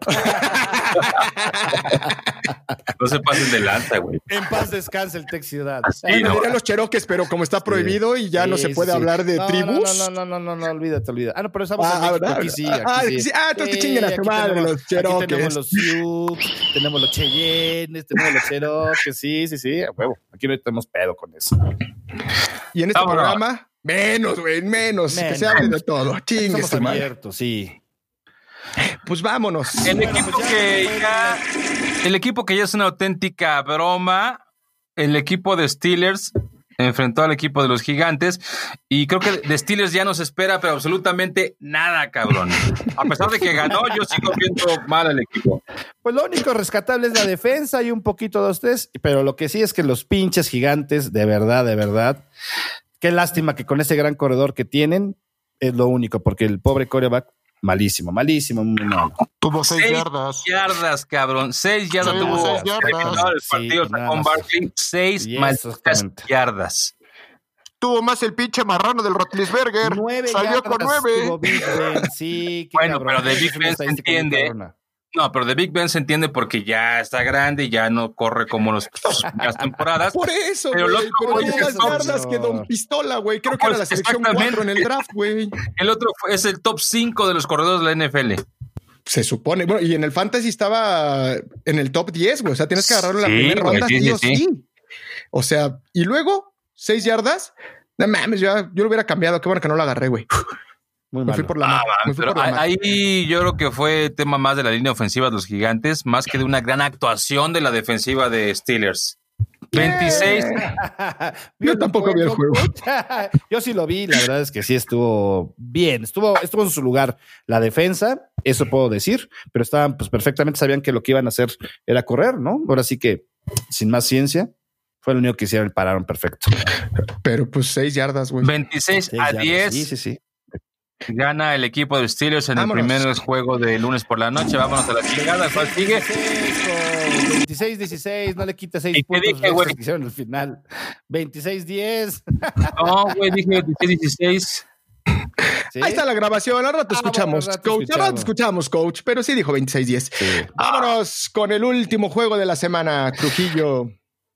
S3: No se pasen de lanza, güey.
S6: en paz descanse el Tech Ciudad.
S3: Así,
S7: Bueno,
S3: no.
S7: dirían los cheroques, pero como está prohibido y ya no
S6: Sí,
S7: se
S6: sí,
S7: puede
S6: sí.
S7: hablar de
S6: No,
S7: tribus.
S6: No, no, no, no, no, no, olvídate, olvídate. Ah, no, pero estamos
S7: Ah,
S6: en México,
S7: ¿verdad?
S6: aquí sí,
S7: Ah,
S6: aquí
S7: aquí
S6: sí.
S7: sí. Ah, entonces que chinguen a
S6: aquí
S7: tu madre
S6: tenemos-
S7: los
S6: Aquí tenemos
S7: Cherokees.
S6: los Sioux, tenemos los Cheyennes, tenemos los Cherokees, sí, sí, sí, a huevo. Aquí no tenemos pedo con eso.
S7: Y en este
S3: Vámonos.
S7: programa, menos, güey, menos, Que
S6: Menos.
S7: se hable de todo. Chingue
S6: Estamos
S7: su madre.
S6: abiertos, sí.
S7: Pues vámonos.
S3: El equipo que ya. El equipo que ya es una auténtica broma. El equipo de Steelers enfrentó al equipo de los gigantes. Y creo que de Steelers ya no se espera, pero absolutamente nada, cabrón. A pesar de que ganó, yo sigo viendo mal al equipo.
S6: Pues lo único rescatable es la defensa y un poquito dos, tres, pero lo que sí es que los pinches gigantes, de verdad, de verdad, qué lástima este que con ese gran corredor que tienen, Es lo único, porque el pobre coreback, malísimo, malísimo, muy malo.
S8: Tuvo seis
S3: Seis
S8: yardas.
S3: yardas, cabrón. Seis yardas
S8: Sí,
S3: tuvo.
S8: seis
S3: para
S8: yardas.
S3: acabar el
S6: Sí,
S3: partido
S6: nada
S3: sacó
S6: más.
S3: Barkley seis
S6: Y eso,
S3: malditas
S6: exactamente.
S3: yardas.
S8: Tuvo más el pinche marrano del Rotlisberger.
S6: Nueve
S8: Salió
S6: yardas
S8: con nueve.
S6: tuvo Big Ben, Sí, qué
S3: Bueno,
S6: cabrón.
S3: pero de Big
S6: Es una
S3: Ben se
S6: estadística muy
S3: entiende.
S6: cabrona.
S3: No, pero de Big Ben se entiende porque ya está grande y ya no corre como los, las temporadas.
S7: Por eso,
S3: Pero el
S7: güey.
S3: otro
S7: Pero
S3: güey
S7: tuvo
S3: es
S7: más
S3: top,
S7: yardas que Don
S6: señor.
S7: Pistola, güey. Creo que
S3: Pues,
S7: era la selección
S3: exactamente.
S7: 4 en el draft, güey.
S3: El otro fue- es el top 5 de los corredores de la NFL.
S7: Se supone. Bueno, y en el fantasy estaba en el top 10, güey. O sea, tienes que agarrarlo en la
S3: Sí,
S7: primera
S3: güey,
S7: ronda,
S3: sí,
S7: sí o
S3: sí, sí.
S7: sí. O sea, y luego, seis yardas. No mames, ya, yo lo hubiera cambiado. Qué bueno que no lo agarré, güey.
S6: Muy
S7: Me fui
S6: malo.
S7: por la mano. Me fui
S3: Ah, Pero
S7: por la
S3: ahí-
S7: mano.
S3: ahí yo creo que fue tema más de la línea ofensiva de los gigantes, más que de una gran actuación de la defensiva de Steelers. 26
S7: Yo tampoco vi el juego.
S6: Yo sí lo vi, la verdad es que sí estuvo bien, estuvo, estuvo en su lugar la defensa, eso puedo decir, pero estaban pues perfectamente, sabían que lo que iban a hacer era correr, ¿no? Ahora sí que sin más ciencia, fue lo único que hicieron, pararon perfecto.
S7: Pero pues seis yardas, güey.
S3: 26
S6: Sí,
S3: a
S6: ya,
S3: 10
S6: Sí, sí, sí.
S3: gana el equipo de Steelers en
S7: Vámonos.
S3: el primer juego de lunes por la noche. Vámonos a la chingada. ¿Cuál sigue?
S6: 26-16, no le quita 6
S3: ¿Y qué
S6: puntos
S3: dije,
S6: extras
S3: güey?
S6: que hicieron al final. 26-10.
S3: No, güey, dije 16.
S6: ¿sí?
S7: Ahí está la grabación. Ahora te
S6: Ah,
S7: escuchamos,
S6: bueno, ahora te
S7: coach. Ahora
S6: escuchamos.
S7: te escuchamos, coach. Pero sí dijo 26-10. Vámonos con el último juego de la semana, Trujillo.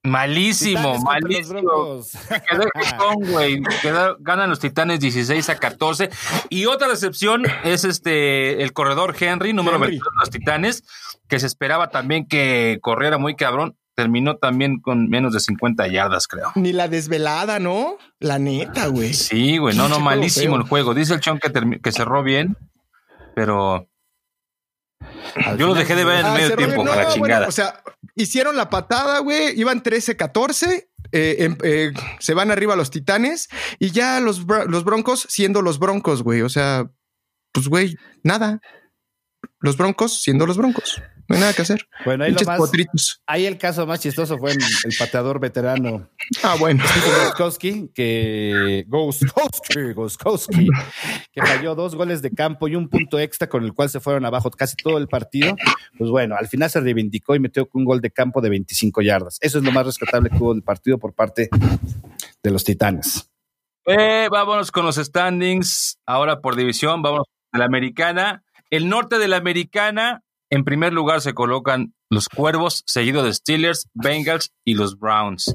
S3: Malísimo,
S6: Titanes contra los
S3: malísimo.
S6: Broncos.
S3: Quedó el Gijón, güey. Quedó- Ganan los Titanes 16 a 14. Y otra decepción es este el corredor Henry, número
S7: Henry.
S3: 21 de los Titanes, que se esperaba también que corriera muy cabrón. Terminó también con menos de 50 yardas, creo.
S7: Ni la desvelada, ¿no? La neta, güey.
S3: Sí, güey, no, no,
S7: Pinche juego
S3: malísimo
S7: feo.
S3: el juego. Dice el chon que, termi- que cerró bien, pero yo lo dejé de ver en el
S7: Ah,
S3: medio
S7: se
S3: tiempo,
S7: reunió.
S3: a la
S7: No,
S3: chingada.
S7: bueno, o sea, hicieron la patada, güey. Iban 13-14. eh, em- eh, se van arriba los titanes y ya los, bro- los broncos siendo los broncos, güey. O sea, pues, güey, nada. Los broncos siendo los broncos. No hay nada que hacer.
S6: Bueno, ahí lo
S7: Pinches
S6: más.
S7: potritos.
S6: Ahí el caso más chistoso fue en el pateador veterano
S7: Ah, bueno.
S6: Goskowski, que Goskowski, Goskowski, que falló dos goles de campo y un punto extra con el cual se fueron abajo casi todo el partido. Pues bueno, al final se reivindicó y metió un gol de campo de 25 yardas. Eso es lo más rescatable que hubo del partido por parte de los Titanes.
S3: Eh, vámonos con los standings, ahora por división, vámonos a la americana. El norte de la americana, en primer lugar se colocan los Cuervos, seguido de Steelers, Bengals y los Browns.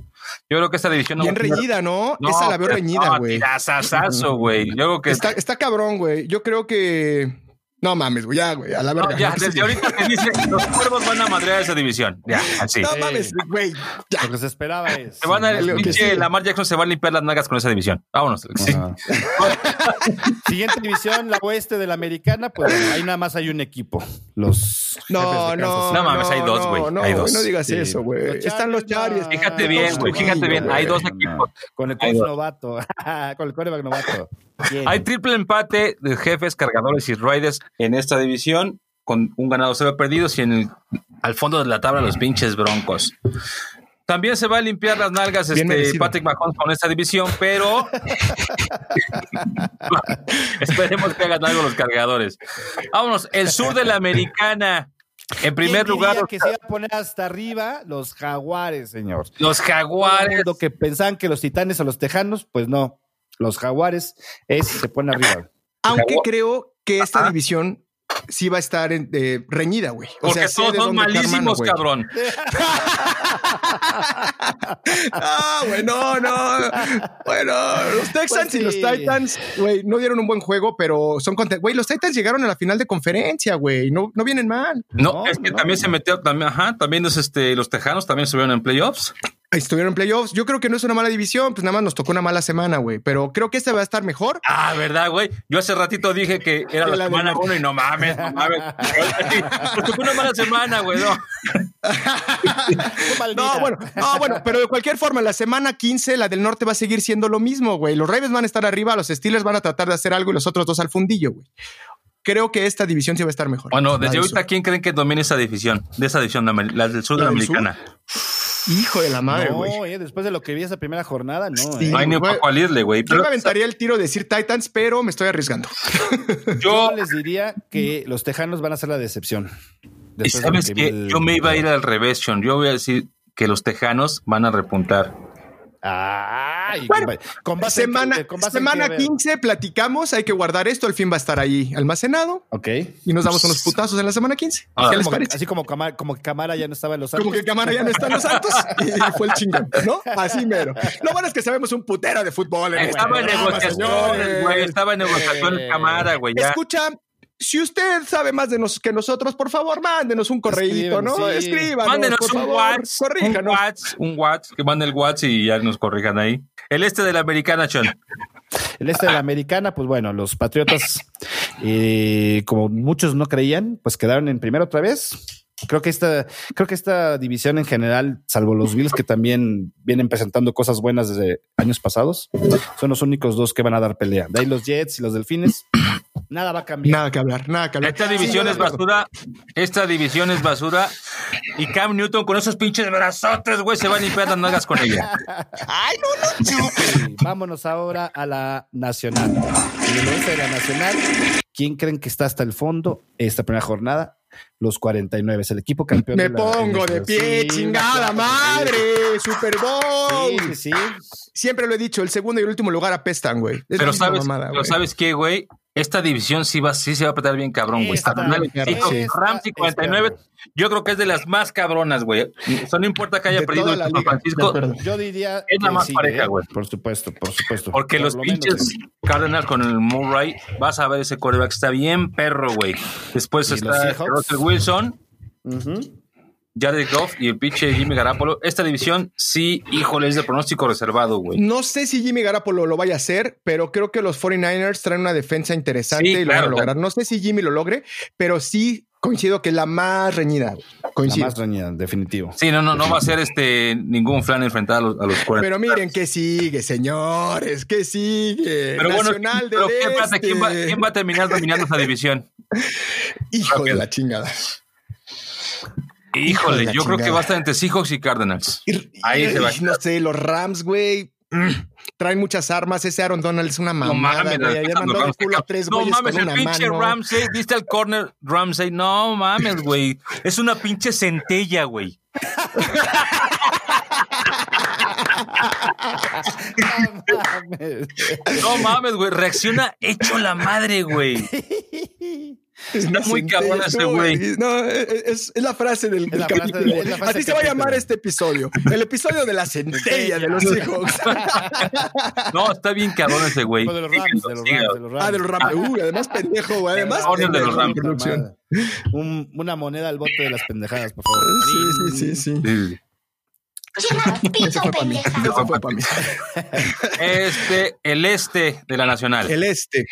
S3: Yo creo que esta división... no
S7: Bien
S3: va a tener-
S7: reñida, ¿no?
S3: No,
S7: Esa la veo
S3: pero
S7: reñida,
S3: no,
S7: güey.
S3: tirazazazo, güey. Yo creo que...
S7: Está, está cabrón, güey. Yo creo que. No mames, güey. Ya, güey. A la
S3: No,
S7: verga.
S3: ya,
S7: No,
S3: desde ahorita te dice, los Cuervos van a madrear esa división. Ya, así.
S7: No mames, güey. Ya.
S6: Lo que se esperaba es.
S3: Se van a,
S7: lo que
S3: pinche
S7: sí.
S3: Lamar Jackson se va a limpiar las nalgas con esa división. Vámonos. Sí.
S6: Ajá. Siguiente división, la oeste de la americana, pues ahí nada más hay un equipo. Los jefes
S7: No,
S6: de
S7: no,
S6: Kansas
S3: No mames, hay dos,
S7: no,
S3: güey,
S7: No,
S3: hay
S7: güey,
S3: dos.
S7: no digas
S6: Sí.
S7: eso, güey.
S6: Los
S7: Están los
S6: Chargers,
S7: Chargers.
S6: no.
S3: Fíjate bien, güey, fíjate bien. Hay dos equipos.
S6: Con el
S3: Hay
S6: coach
S3: dos.
S6: novato, con el coreback novato. Bien.
S3: Hay triple empate de jefes, cargadores y raiders en esta división, con un ganado cero perdidos y en el, al fondo de la tabla los pinches broncos. También se va a limpiar las nalgas
S7: Bien
S3: este,
S7: merecido.
S3: Patrick Mahomes con esta división, pero esperemos que hagan algo los cargadores. Vámonos, el sur de la americana. En
S6: ¿Quién
S3: primer
S6: diría
S3: lugar,
S6: que se iba a poner hasta arriba los jaguares, señor.
S3: los jaguares.
S6: Lo que pensaban que los titanes o los tejanos, pues no. Los jaguares es se pone arriba.
S7: Aunque creo que esta división sí va a estar en- eh, reñida, güey. O
S3: Porque
S7: sea, sé
S3: todos
S7: de
S3: son
S7: dónde está hermano,
S3: malísimos,
S7: güey.
S3: cabrón.
S7: Ah, güey, no, no. Bueno, los Texans
S6: Pues
S7: y los
S6: sí.
S7: Titans, güey, no dieron un buen juego, pero son contentos. Güey, los Titans llegaron a la final de conferencia, güey. No, no vienen mal.
S3: No,
S6: No,
S3: es que
S6: no,
S3: también
S6: no.
S3: se metió, también, ajá, también los, este, los tejanos también subieron en playoffs.
S7: Estuvieron en playoffs. Yo creo que no es una mala división, pues nada más nos tocó una mala semana, güey. Pero creo que esta va a estar mejor.
S3: Ah, ¿verdad, güey? Yo hace ratito dije que era
S7: Que
S3: la,
S7: la
S3: semana
S7: del-
S3: uno y no mames, no mames. Pues tocó una mala semana, güey, no.
S7: No, bueno, no, bueno, pero de cualquier forma, la semana 15, la del norte va a seguir siendo lo mismo, güey. Los Ravens van a estar arriba, los Steelers van a tratar de hacer algo y los otros dos al fundillo, güey. Creo que esta división sí va a estar mejor.
S3: Bueno,
S7: La
S3: desde
S7: del
S3: ahorita, ¿quién creen que domina esa división? De esa división, la, la del sur de
S7: ¿La
S3: la
S7: del sur?
S3: americana.
S7: Hijo de la madre,
S6: no,
S7: güey.
S6: eh, después de lo que vi esa primera jornada, no.
S7: Sí.
S6: eh.
S3: No hay ni un
S7: güey.
S3: poco al irle, güey.
S7: Yo
S3: Pero
S7: me aventaría el tiro de decir Titans, pero me estoy arriesgando.
S3: yo,
S6: Yo les diría que los tejanos van a ser la decepción.
S3: y
S6: Después de lo
S3: sabes
S6: que
S3: que,
S6: vi el-
S3: yo me iba a ir al revés, Sean. Yo voy a decir que los tejanos van a repuntar.
S6: Ay,
S7: Bueno,
S6: con ba- con base en
S7: Semana,
S6: qué- con base en
S7: semana
S6: qué, a ver.
S7: 15, platicamos, hay que guardar esto, al fin va a estar ahí almacenado
S6: Ok.
S7: y nos damos unos putazos en la semana 15.
S3: Ah,
S7: ¿Qué les
S6: Como-
S7: parece?
S6: así como, Cama- como que Camara ya no estaba en los
S7: Como que
S6: Santos.
S7: Cámara ya no está en los Santos y fue el chingón, ¿no? Así mero. Lo bueno es que sabemos un putero de fútbol. En
S3: Estaba en
S7: este programa,
S3: negociaciones,
S7: señores.
S3: güey. Estaba en negociaciones, cámara, güey. ya.
S7: Escucha, si usted sabe más de nos, que nosotros, por favor, mándenos un correíto, ¿no?
S6: Escríbenos, sí.
S7: Escríbanos,
S3: Mándenos
S7: por
S3: un
S7: favor,
S3: WhatsApp. Un
S7: corríjanos.
S3: WhatsApp. Un WhatsApp. Que manden el WhatsApp y ya nos corrijan ahí. El este de la americana, Sean.
S6: El este de la americana, pues bueno, los patriotas, eh, como muchos no creían, pues quedaron en primero otra vez. Creo que esta, creo que esta división en general, salvo los Bills que también vienen presentando cosas buenas desde años pasados, son los únicos dos que van a dar pelea. De ahí los Jets y los Delfines, nada va a cambiar.
S7: Nada que hablar, nada que hablar.
S3: Esta división
S7: Sí,
S3: es basura. Esta división es basura. Y Cam Newton con esos pinches brazotes, güey, se va a limpiar las nalgas con ella.
S4: Ay, no, no, chupe.
S6: Y vámonos ahora a la nacional. Y en el este de la nacional, ¿quién creen que está hasta el fondo esta primera jornada? Los 49, es el equipo campeón.
S7: Me
S6: de la-
S7: pongo de pie,
S6: Sí,
S7: chingada
S6: claro,
S7: madre. Super Bowl.
S6: Sí, sí, sí.
S7: Siempre lo he dicho, el segundo y el último lugar apestan, güey. Es
S3: Pero
S7: la misma
S3: sabes,
S7: mamada,
S3: pero
S7: güey.
S3: sabes qué, güey. Esta división sí, va, sí se va a apretar bien cabrón, güey.
S6: Esta,
S3: Está mal,
S7: esta,
S3: hijo.
S6: esta,
S3: Rams 59,
S6: esta.
S3: yo creo que es de las más cabronas, güey. O sea, no importa que haya
S7: De
S3: perdido
S7: toda
S3: el
S7: la
S3: San
S7: liga, de
S3: Francisco,
S7: acuerdo.
S6: Yo diría.
S3: Es la
S6: que
S3: más
S6: sí,
S3: pareja,
S6: ¿eh?
S3: güey.
S6: Por supuesto, por supuesto.
S3: porque
S6: Por
S3: los
S6: lo
S3: pinches
S6: menos,
S3: Cardinals con el Murray, vas a ver ese coreback, está bien perro, güey. Después
S6: ¿Y los
S3: está
S6: Seahawks?
S3: Russell Wilson,
S6: Ujú.
S3: Jared Goff y el pinche Jimmy Garapolo. Esta división sí, híjole, es de pronóstico reservado, güey.
S7: No sé si Jimmy Garapolo lo vaya a hacer, pero creo que los 49ers traen una defensa interesante
S3: Sí,
S7: y lo
S3: claro,
S7: van a lograr.
S3: claro.
S7: No sé si Jimmy lo logre, pero sí coincido que es la más reñida. güey.
S6: La
S7: Coincido.
S6: más reñida, definitivo.
S3: Sí, no, no, no va a ser este ningún flan enfrentar a los, a los 40.
S7: Pero miren que sigue, señores, que sigue.
S3: Pero bueno,
S7: Nacional
S3: pero
S7: del
S3: ¿qué pasa? ¿Quién, va,
S7: Este.
S3: quién va a terminar dominando esa división?
S7: Hijo de la chingada. Hijo
S3: Híjole,
S7: de la
S3: yo creo que
S7: chingada.
S3: va a estar entre Seahawks y Cardinals.
S7: Y-
S3: Ahí
S7: y-
S3: se va.
S7: No sé, los Rams, güey. mm, Traen muchas armas. Ese Aaron Donald es una
S3: No
S7: mamada,
S3: mames,
S7: güey.
S3: la
S7: Ayer
S3: neta,
S7: mandó
S3: los
S7: de
S3: Rams
S7: culo a
S3: que-
S7: tres
S3: no
S7: güeyes
S3: mames,
S7: con
S3: el
S7: una
S3: pinche
S7: mano.
S3: Ramsey, viste al corner Ramsey, no mames, güey. Es una pinche centella, güey. No mames, güey. Reacciona hecho la madre, güey.
S7: Es
S3: Está
S7: una
S3: muy
S7: centella,
S3: cabrón ese güey.
S7: No, e, es, es la frase del, del
S6: la frase
S7: capítulo.
S6: de- es la frase
S7: Así
S6: del
S7: se va a
S6: capítulo.
S7: llamar este episodio. El episodio de la centella de los Seahawks.
S3: No, está bien cabrón ese güey.
S6: No, de los Rams, de los Rams, de los Rams.
S7: ah, de los Rams. Uy, además pendejo, güey. Además
S3: Orden de los
S7: pendejo,
S3: Rams.
S7: producción.
S6: Un- una moneda al bote de las pendejadas, por favor.
S7: Sí, sí, sí, sí.
S3: Sí.
S7: Eso fue para mí. Eso fue para mí.
S3: Este, el este de la nacional.
S7: El este.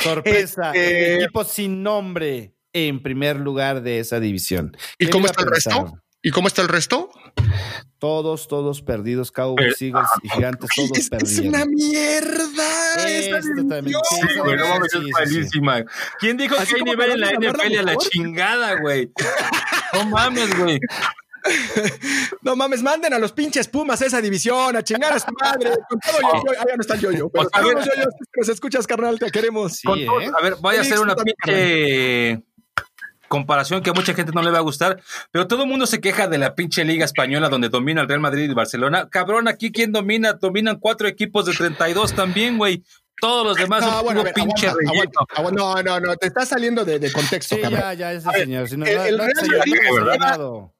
S6: Sorpresa,
S7: Este-
S6: el equipo sin nombre en primer lugar de esa división.
S7: ¿Y
S6: ¿Quién
S7: cómo
S6: iba a
S7: está el
S6: pensar?
S7: resto? ¿Y cómo está el resto?
S6: Todos, todos perdidos, Cowboys, Eagles y Gigantes, todos
S7: Es,
S6: perdidos.
S7: es una mierda.
S6: Esta
S7: esta
S6: también.
S7: división.
S6: Sí,
S3: Sí, güey, no mames,
S6: Sí, sí,
S3: es malísima. ¿Quién dijo
S7: Así
S3: que hay
S7: como
S3: nivel en la
S7: que van a agarrar
S3: NFL a la
S7: mejor.
S3: chingada, güey? No mames, güey.
S7: ¿Eh? No mames, manden a los pinches Pumas a esa división, a chingar a su madre. Con todo yo-yo. Ah, ya no está el yo-yo. Pero
S3: O sea, Pues, a ver-
S7: todos yo-yo, que nos escuchas, carnal, te queremos.
S6: Sí,
S3: Con todo-
S6: ¿eh?
S3: A ver, voy a hacer una
S7: También,
S3: pinche comparación que a mucha gente no le va a gustar, pero todo el mundo se queja de la pinche liga española donde domina el Real Madrid y el Barcelona. Cabrón, aquí quién domina? Dominan cuatro equipos de 32 también, güey. Todos los demás
S7: No,
S3: son
S7: bueno,
S3: puro
S7: a ver,
S3: pinche
S7: aguanta,
S3: relleno.
S7: aguanta, aguanta. no, no, no, te está saliendo de, de contexto,
S6: Sí,
S7: cabrón.
S6: ya, ya, ese señor. Si no,
S7: el-
S6: no-
S7: el
S6: no,
S7: Real
S6: ese señor,
S7: Madrid,
S6: no,
S7: ¿verdad?
S6: ese lado.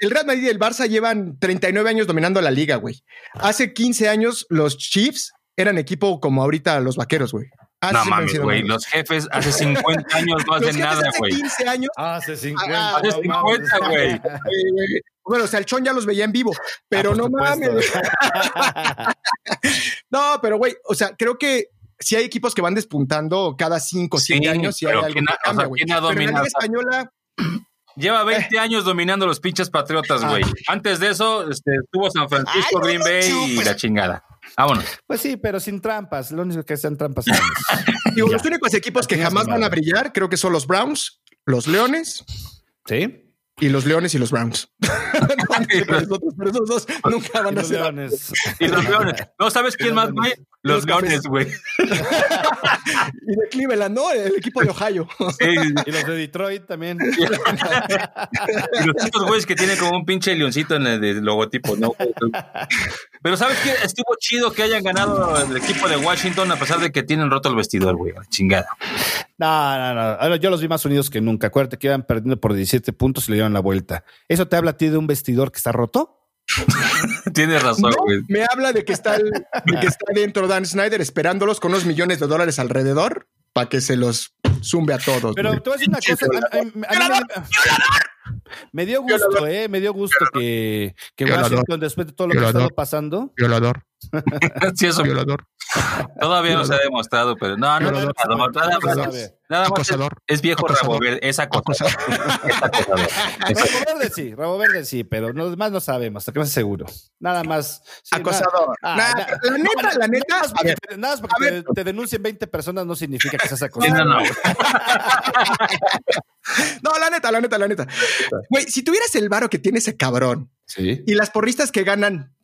S7: El Real Madrid y el Barça llevan 39 años dominando la liga, güey. Hace 15 años los Chiefs eran equipo como ahorita los vaqueros, güey. Así
S3: No
S7: siempre han
S3: mames,
S7: sido,
S3: güey.
S7: ¿no?
S3: Los jefes hace 50 años no
S7: Los
S3: hacen
S7: Jefes
S3: nada,
S7: hace
S3: güey.
S7: 15 años
S6: Hace 50.
S7: Ah,
S3: Hace
S6: no mames.
S3: 50, güey.
S7: güey, güey. Bueno, o sea, el Chon ya los veía en vivo,
S3: Ah,
S7: pero
S6: Ah, por
S7: no
S6: supuesto.
S7: mames. no, pero güey, o sea, creo que si hay equipos que van despuntando cada 5 o
S3: Sí,
S7: 7 años, si hay
S3: pero
S7: algo
S3: ¿quién
S7: que
S3: ha- o
S7: cambia,
S3: sea,
S7: güey.
S3: quién ha
S7: Pero en la
S3: dominado?
S7: Liga Española,
S3: Lleva 20 años dominando los pinches patriotas, güey. Antes de eso, este, estuvo San Francisco,
S4: Ay, no,
S3: Green
S4: no,
S3: Bay y
S4: chupes.
S3: la chingada. Vámonos.
S6: Pues sí, pero sin trampas. Lo único que sean trampas. son ellos.
S7: digo,
S6: Ya.
S7: los únicos equipos que
S6: Así es,
S7: jamás van a
S6: madre.
S7: brillar, creo que son los Browns, los Leones
S6: ¿Sí?
S8: y los Leones y los Browns. pero, los otros- pero esos dos nunca van a
S6: Los
S8: ser.
S6: leones.
S3: Y los leones. ¿No sabes quién más, güey? Los
S8: Los cafés.
S3: leones, güey.
S8: Y de Cleveland, ¿no? El equipo de Ohio.
S3: Sí, sí,
S6: Y los de Detroit también.
S3: Y los otros güeyes que tienen como un pinche leoncito en el de- logotipo, ¿no? Pero ¿sabes qué? Estuvo chido que hayan ganado el equipo de Washington a pesar de que tienen roto el vestidor, güey. a la Chingada.
S6: No, no, no. Ahora, Yo los vi más unidos que nunca. Acuérdate que iban perdiendo por 17 puntos y le dieron la vuelta. ¿Eso te habla a ti de un vestidor que está roto?
S3: Tienes razón, güey.
S8: Me habla de que está, el- de que está dentro Dan Snyder esperándolos con unos millones de dólares alrededor para que se los zumbe a todos.
S6: Pero
S8: güey.
S6: te voy a decir una cosa. a- a- a mí me- Me dio gusto, ¿eh? Me dio gusto que, que
S8: Violador.
S6: Washington, después de todo lo que ha
S8: Violador.
S6: estado pasando,
S8: Violador,
S3: Sí, eso
S8: violador,
S3: todavía no se ha demostrado, pero no, no, no,
S8: Violador.
S3: nada más- nada más-
S6: Acosador.
S3: nada más es,
S8: Acosador.
S3: es viejo
S8: Acosador.
S3: rabo verde, es acosador. Es acosador.
S6: pues, Rabo Verde sí, Rabo Verde sí, pero los demás no sabemos, hasta que no es seguro. Nada más. sí,
S8: acosador.
S6: na- ah,
S8: Nah,
S6: na-
S8: la neta, la neta.
S6: Nada más
S8: a
S6: porque,
S8: ver,
S6: te, nada más porque te- te denuncien 20 personas no significa que seas
S3: Sí, no,
S6: acosador.
S3: no.
S8: No, la neta, la neta, la neta. Güey, si tuvieras el varo que tiene ese cabrón
S6: Sí.
S8: y las porristas que ganan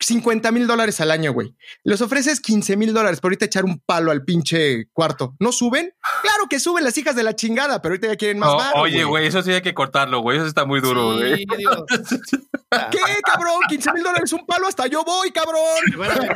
S8: 50 mil dólares al año, güey, les ofreces 15 mil dólares por ahorita echar un palo al pinche cuarto, ¿no suben? Claro que suben las hijas de la chingada, pero ahorita ya quieren más
S3: No,
S8: varo,
S3: oye, güey, eso sí hay que cortarlo, güey. Eso está muy duro, güey.
S6: Sí, digo,
S8: ¿Qué, cabrón? 15 mil dólares un palo, hasta yo voy, cabrón.
S6: te, van a,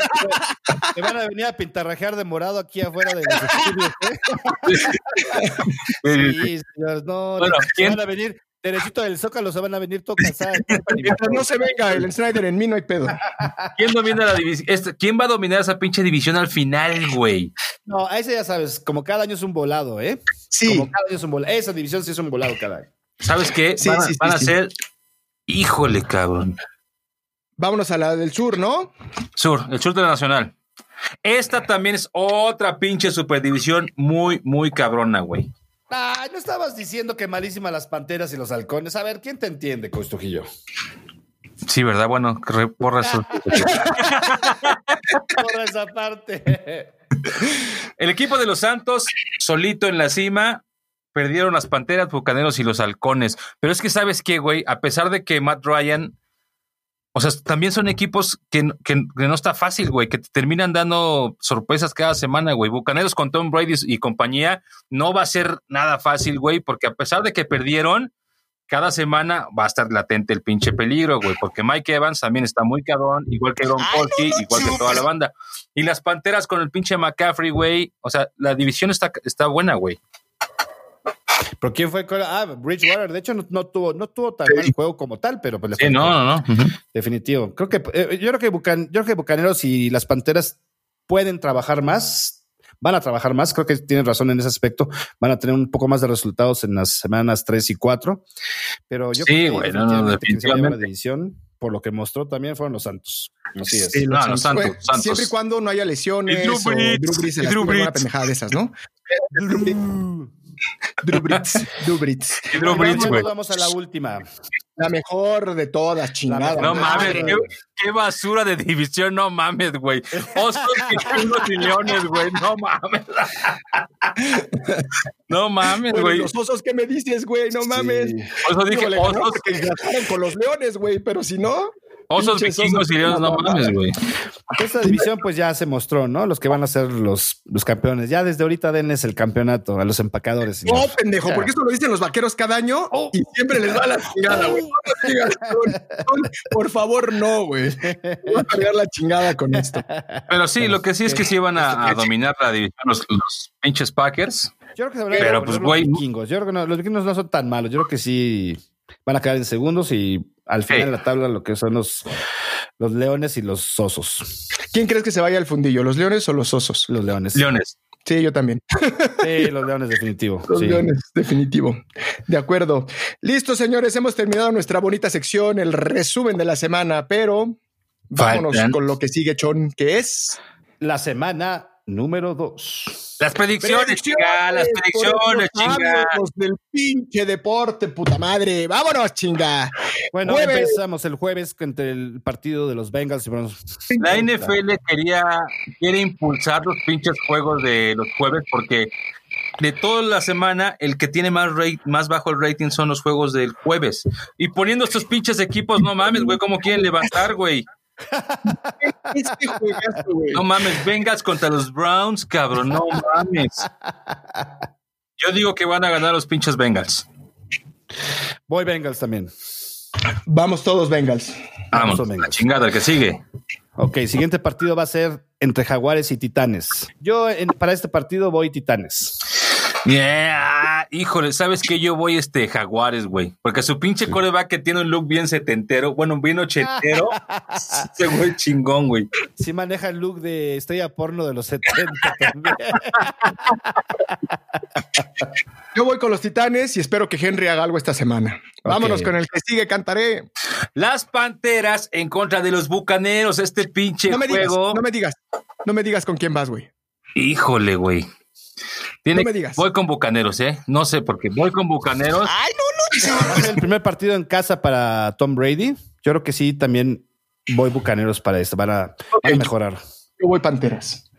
S6: te van a venir a pintarrajear de morado aquí afuera de los estudios. ¿eh?
S3: Sí, sí, sí.
S6: Sí, señor, no.
S3: Bueno,
S6: te
S3: ¿quién?
S6: van a venir, Teresito del Zócalo se van a venir todo cansado.
S8: Mientras no se venga el Snyder en mí, no hay pedo.
S3: ¿Quién domina la división? ¿Quién va a dominar esa pinche división al final, güey?
S6: No, ese ya sabes, como cada año es un volado, ¿eh?
S8: Sí.
S6: Como cada año es un volado. Esa división sí es un volado cada año.
S3: ¿Sabes qué?
S8: Sí,
S3: van a,
S8: sí, sí,
S3: van a
S8: sí.
S3: ser. Híjole, cabrón.
S8: Vámonos a la del sur, ¿no?
S3: Sur, el sur de la Nacional. Esta también es otra pinche superdivisión muy, muy cabrona, güey.
S6: Ay, no estabas diciendo que malísimas las panteras y los halcones. A ver, ¿quién te entiende, Coach Trujillo?
S3: Sí, ¿verdad? Bueno, re- por razón.
S6: Por esa parte.
S3: El equipo de los Santos, solito en la cima, perdieron las Panteras, Bucaneros y los Halcones. Pero es que, ¿sabes qué, güey? A pesar de que Matt Ryan... O sea, también son equipos que, n- que n- que no está fácil, güey, que te terminan dando sorpresas cada semana, güey. Bucaneros con Tom Brady y compañía no va a ser nada fácil, güey, porque a pesar de que perdieron, cada semana va a estar latente el pinche peligro, güey, porque Mike Evans también está muy cabrón, igual que Ron Polky, igual que toda la banda. Y las Panteras con el pinche McCaffrey, güey. O sea, la división está, está buena, güey.
S6: ¿Pero quién fue? con- Ah, Bridgewater. De hecho, no, no tuvo, no tuvo tan mal juego como tal, pero pues le fue
S3: Sí, no, no, no. Ujú.
S6: definitivo. Creo que, eh, yo, creo que Bucan- yo creo que Bucaneros y las Panteras pueden trabajar más, van a trabajar más, creo que tienes razón en ese aspecto, van a tener un poco más de resultados en las semanas 3 y 4, pero yo
S3: Sí,
S6: creo que
S3: güey, no, no,
S6: definitivamente quien se va a llevar
S3: definitivamente.
S6: la división, por lo que mostró también fueron los Santos. Así es.
S8: Sí,
S3: No, los Santos,
S8: Güey,
S3: Santos.
S8: Siempre y cuando no haya lesiones.
S3: Y Drew
S8: o
S3: Brees,
S8: Drew Brees se
S3: y Drew
S8: lastima, alguna
S3: Brees.
S8: pendejada de esas, ¿no? Drew Brees, Drew Brees.
S3: Y Drew
S6: Bueno,
S3: Brees,
S6: bueno,
S3: güey.
S6: vamos a la última.
S8: La mejor de todas, chingada.
S3: No
S6: madre.
S3: mames, qué, qué basura de división, no mames, güey. Osos que unos y leones, güey, no mames. No mames,
S8: Güey,
S3: güey.
S8: Los osos que me dices, güey, no mames.
S6: Sí.
S3: Por eso dije,
S8: Híjole, ganó
S3: osos,
S8: porque ganaron con los leones, güey, pero si no,
S3: osos
S8: pinches
S3: vikingos
S8: osos.
S3: y leones, no mames, güey.
S6: Esta división pues ya se mostró, ¿no? Los que van a ser los, los campeones. Ya desde ahorita denles el campeonato a los empacadores.
S8: no,
S6: señor.
S8: pendejo, porque esto lo dicen los vaqueros cada año y siempre les va la chingada, güey. No nos digas, Tony, Por favor, no, güey. Voy a cargar la chingada con esto.
S3: Pero sí, lo que sí es que sí iban
S8: Este,
S3: a, a dominar la división los, los pinches Packers.
S6: Yo creo que se van a
S3: Pero,
S6: poner
S3: pues,
S6: los
S3: güey, ¿no?
S6: vikingos. Yo creo que no, los vikingos no son tan malos. Yo creo que sí van a quedar en segundos y al final
S3: Sí.
S6: de la tabla lo que son los, los leones y los osos.
S8: ¿Quién crees que se vaya al fundillo, los leones o los osos?
S6: Los leones.
S3: Leones.
S8: Sí, yo también.
S6: Sí, los leones definitivo.
S8: Los
S6: sí.
S8: leones, definitivo. De acuerdo. Listo, señores, hemos terminado nuestra bonita sección, el resumen de la semana, pero vámonos
S3: Faltan.
S8: con lo que sigue, Chon, que es
S6: La semana número dos.
S3: Las predicciones, chinga, las predicciones,
S8: Por eso
S3: chinga.
S8: háblenos del pinche deporte, puta madre. Vámonos, chinga.
S6: Bueno,
S8: Jueves.
S6: empezamos el jueves entre el partido de los Bengals y Browns.
S3: La NFL quería quiere impulsar los pinches juegos de los jueves porque de toda la semana, el que tiene más, rate- más bajo el rating son los juegos del jueves. Y poniendo estos pinches equipos, no mames, güey, ¿cómo quieren levantar, güey?
S7: Este juegazo, güey.
S3: No mames, vengas contra los Browns, cabrón, no mames. Yo digo que van a ganar los pinches Bengals.
S6: Voy Bengals también.
S7: Vamos todos, Bengals.
S3: Vamos,
S6: Vamos,
S3: la
S6: Bengals.
S3: chingada, el que sigue.
S6: Ok, siguiente partido va a ser entre Jaguares y Titanes. Yo en- para este partido voy Titanes.
S3: Yeah. Híjole, ¿sabes qué? Yo voy este Jaguares, güey. Porque su pinche coreback que tiene un look bien setentero, bueno, bien ochentero, ese güey chingón, güey.
S6: Sí maneja el look de estrella porno de los 70 también.
S7: Yo voy con los titanes y espero que Henry haga algo esta semana. Vámonos con el que sigue, cantaré.
S3: Las Panteras en contra de los Bucaneros, este pinche
S7: No me digas,
S3: juego.
S7: no me digas, no me digas con quién vas, güey.
S3: Híjole, güey. Tiene-
S7: No me digas. Ah,
S3: Voy con Bucaneros, ¿eh? No sé, porque voy con Bucaneros.
S4: Ay, no, no.
S6: Va a ser el primer partido en casa para Tom Brady. Yo creo que sí, también voy bucaneros para esto. Van a, van a mejorar.
S7: Yo voy Panteras.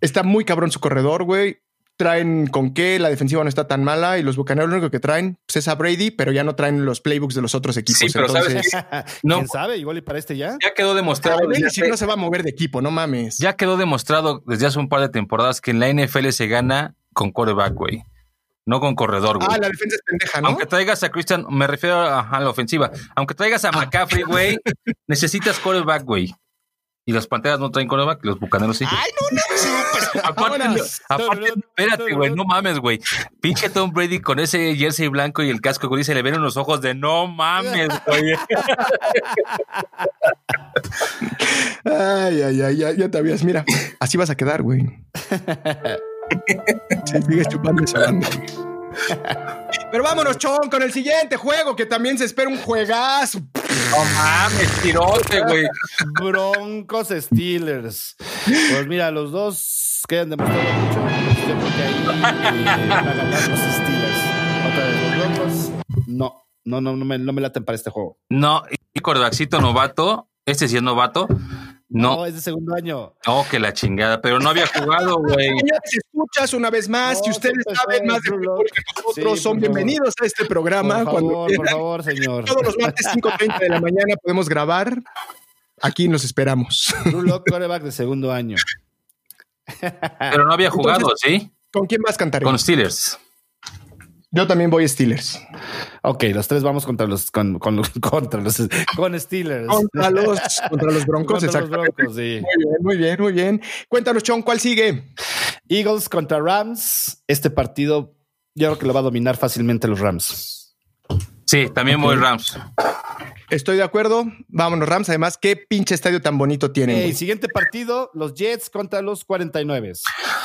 S7: Está muy cabrón su corredor, güey. Traen con qué, la defensiva no está tan mala y los bucaneros lo único que traen pues, es a Brady, pero ya no traen los playbooks de los otros equipos.
S3: Sí, pero pues, ¿sabes
S7: pues, Entonces,
S3: No.
S6: ¿Quién sabe? Igual y para este ya.
S3: ya quedó demostrado.
S7: Brady
S3: desde
S7: sí
S3: hace-
S7: no se va a mover de equipo, no mames.
S3: Ya quedó demostrado desde hace un par de temporadas que en la NFL se gana con coreback, güey. No con corredor, güey.
S7: ah, la defensa es pendeja, ¿no?
S3: Aunque traigas a Christian, me refiero a, a la ofensiva. Aunque traigas
S7: Ah.
S3: a McCaffrey, güey, necesitas coreback, güey. Y las panteras no traen coreback, los bucaneros sí.
S4: Ay, no, no. supe.
S3: Aparte,
S7: Ah, vámonos.
S3: aparte, espérate, güey, no mames, güey. Pinche Tom Brady con ese jersey blanco y el casco, güey, se le ven los ojos de no mames, güey.
S7: Ay, ay, ay, ya, ya te habías. Mira, así vas a quedar, güey. Sí, sigues chupando esa banda, güey. Pero vámonos, Chon, con el siguiente juego que también se espera un juegazo.
S3: No mames, tirote, güey.
S6: Broncos Steelers. Pues mira, los dos quedan demostrados mucho. Yo creo que ahí eh, van a ganar los Steelers. Otra vez, los Broncos. No, no, no, no me, no me laten para este juego.
S3: No, y corebackcito novato, este sí es novato. No,
S6: es de segundo año.
S3: oh, que la chingada, pero no había jugado, güey.
S7: Señores, escuchas una vez más.
S6: No,
S7: Ah, si ustedes
S6: siempre
S7: saben
S6: fue
S7: más de
S6: Drew
S7: fútbol que
S6: Lock.
S7: nosotros,
S6: Sí,
S7: son
S6: por favor.
S7: bienvenidos a este
S6: Por
S7: programa. cuando
S6: favor, por
S7: quieran.
S6: favor, señor.
S7: Todos los martes 5.30 de la mañana podemos grabar. Aquí nos esperamos.
S6: Drew Lock, coreback de segundo año.
S3: Pero no había jugado, ¿sí?
S7: ¿Con quién vas a cantar?
S3: Con Steelers.
S7: Yo también voy Steelers.
S6: Ok, los tres vamos contra los con, con los- contra los con Steelers.
S7: Contra los, contra los
S6: Contra
S7: Broncos,
S6: los
S7: exactamente.
S6: Broncos, sí.
S7: Muy bien, muy bien, muy bien. Cuéntanos, Chon, ¿cuál sigue?
S6: Eagles contra Rams. Este partido yo creo que lo va a dominar fácilmente los Rams.
S3: Sí, también voy Rams.
S7: Estoy de acuerdo. Vámonos, Rams. Además, qué pinche estadio tan bonito tienen.
S6: Ok,
S7: güey.
S6: siguiente partido, los Jets contra los 49.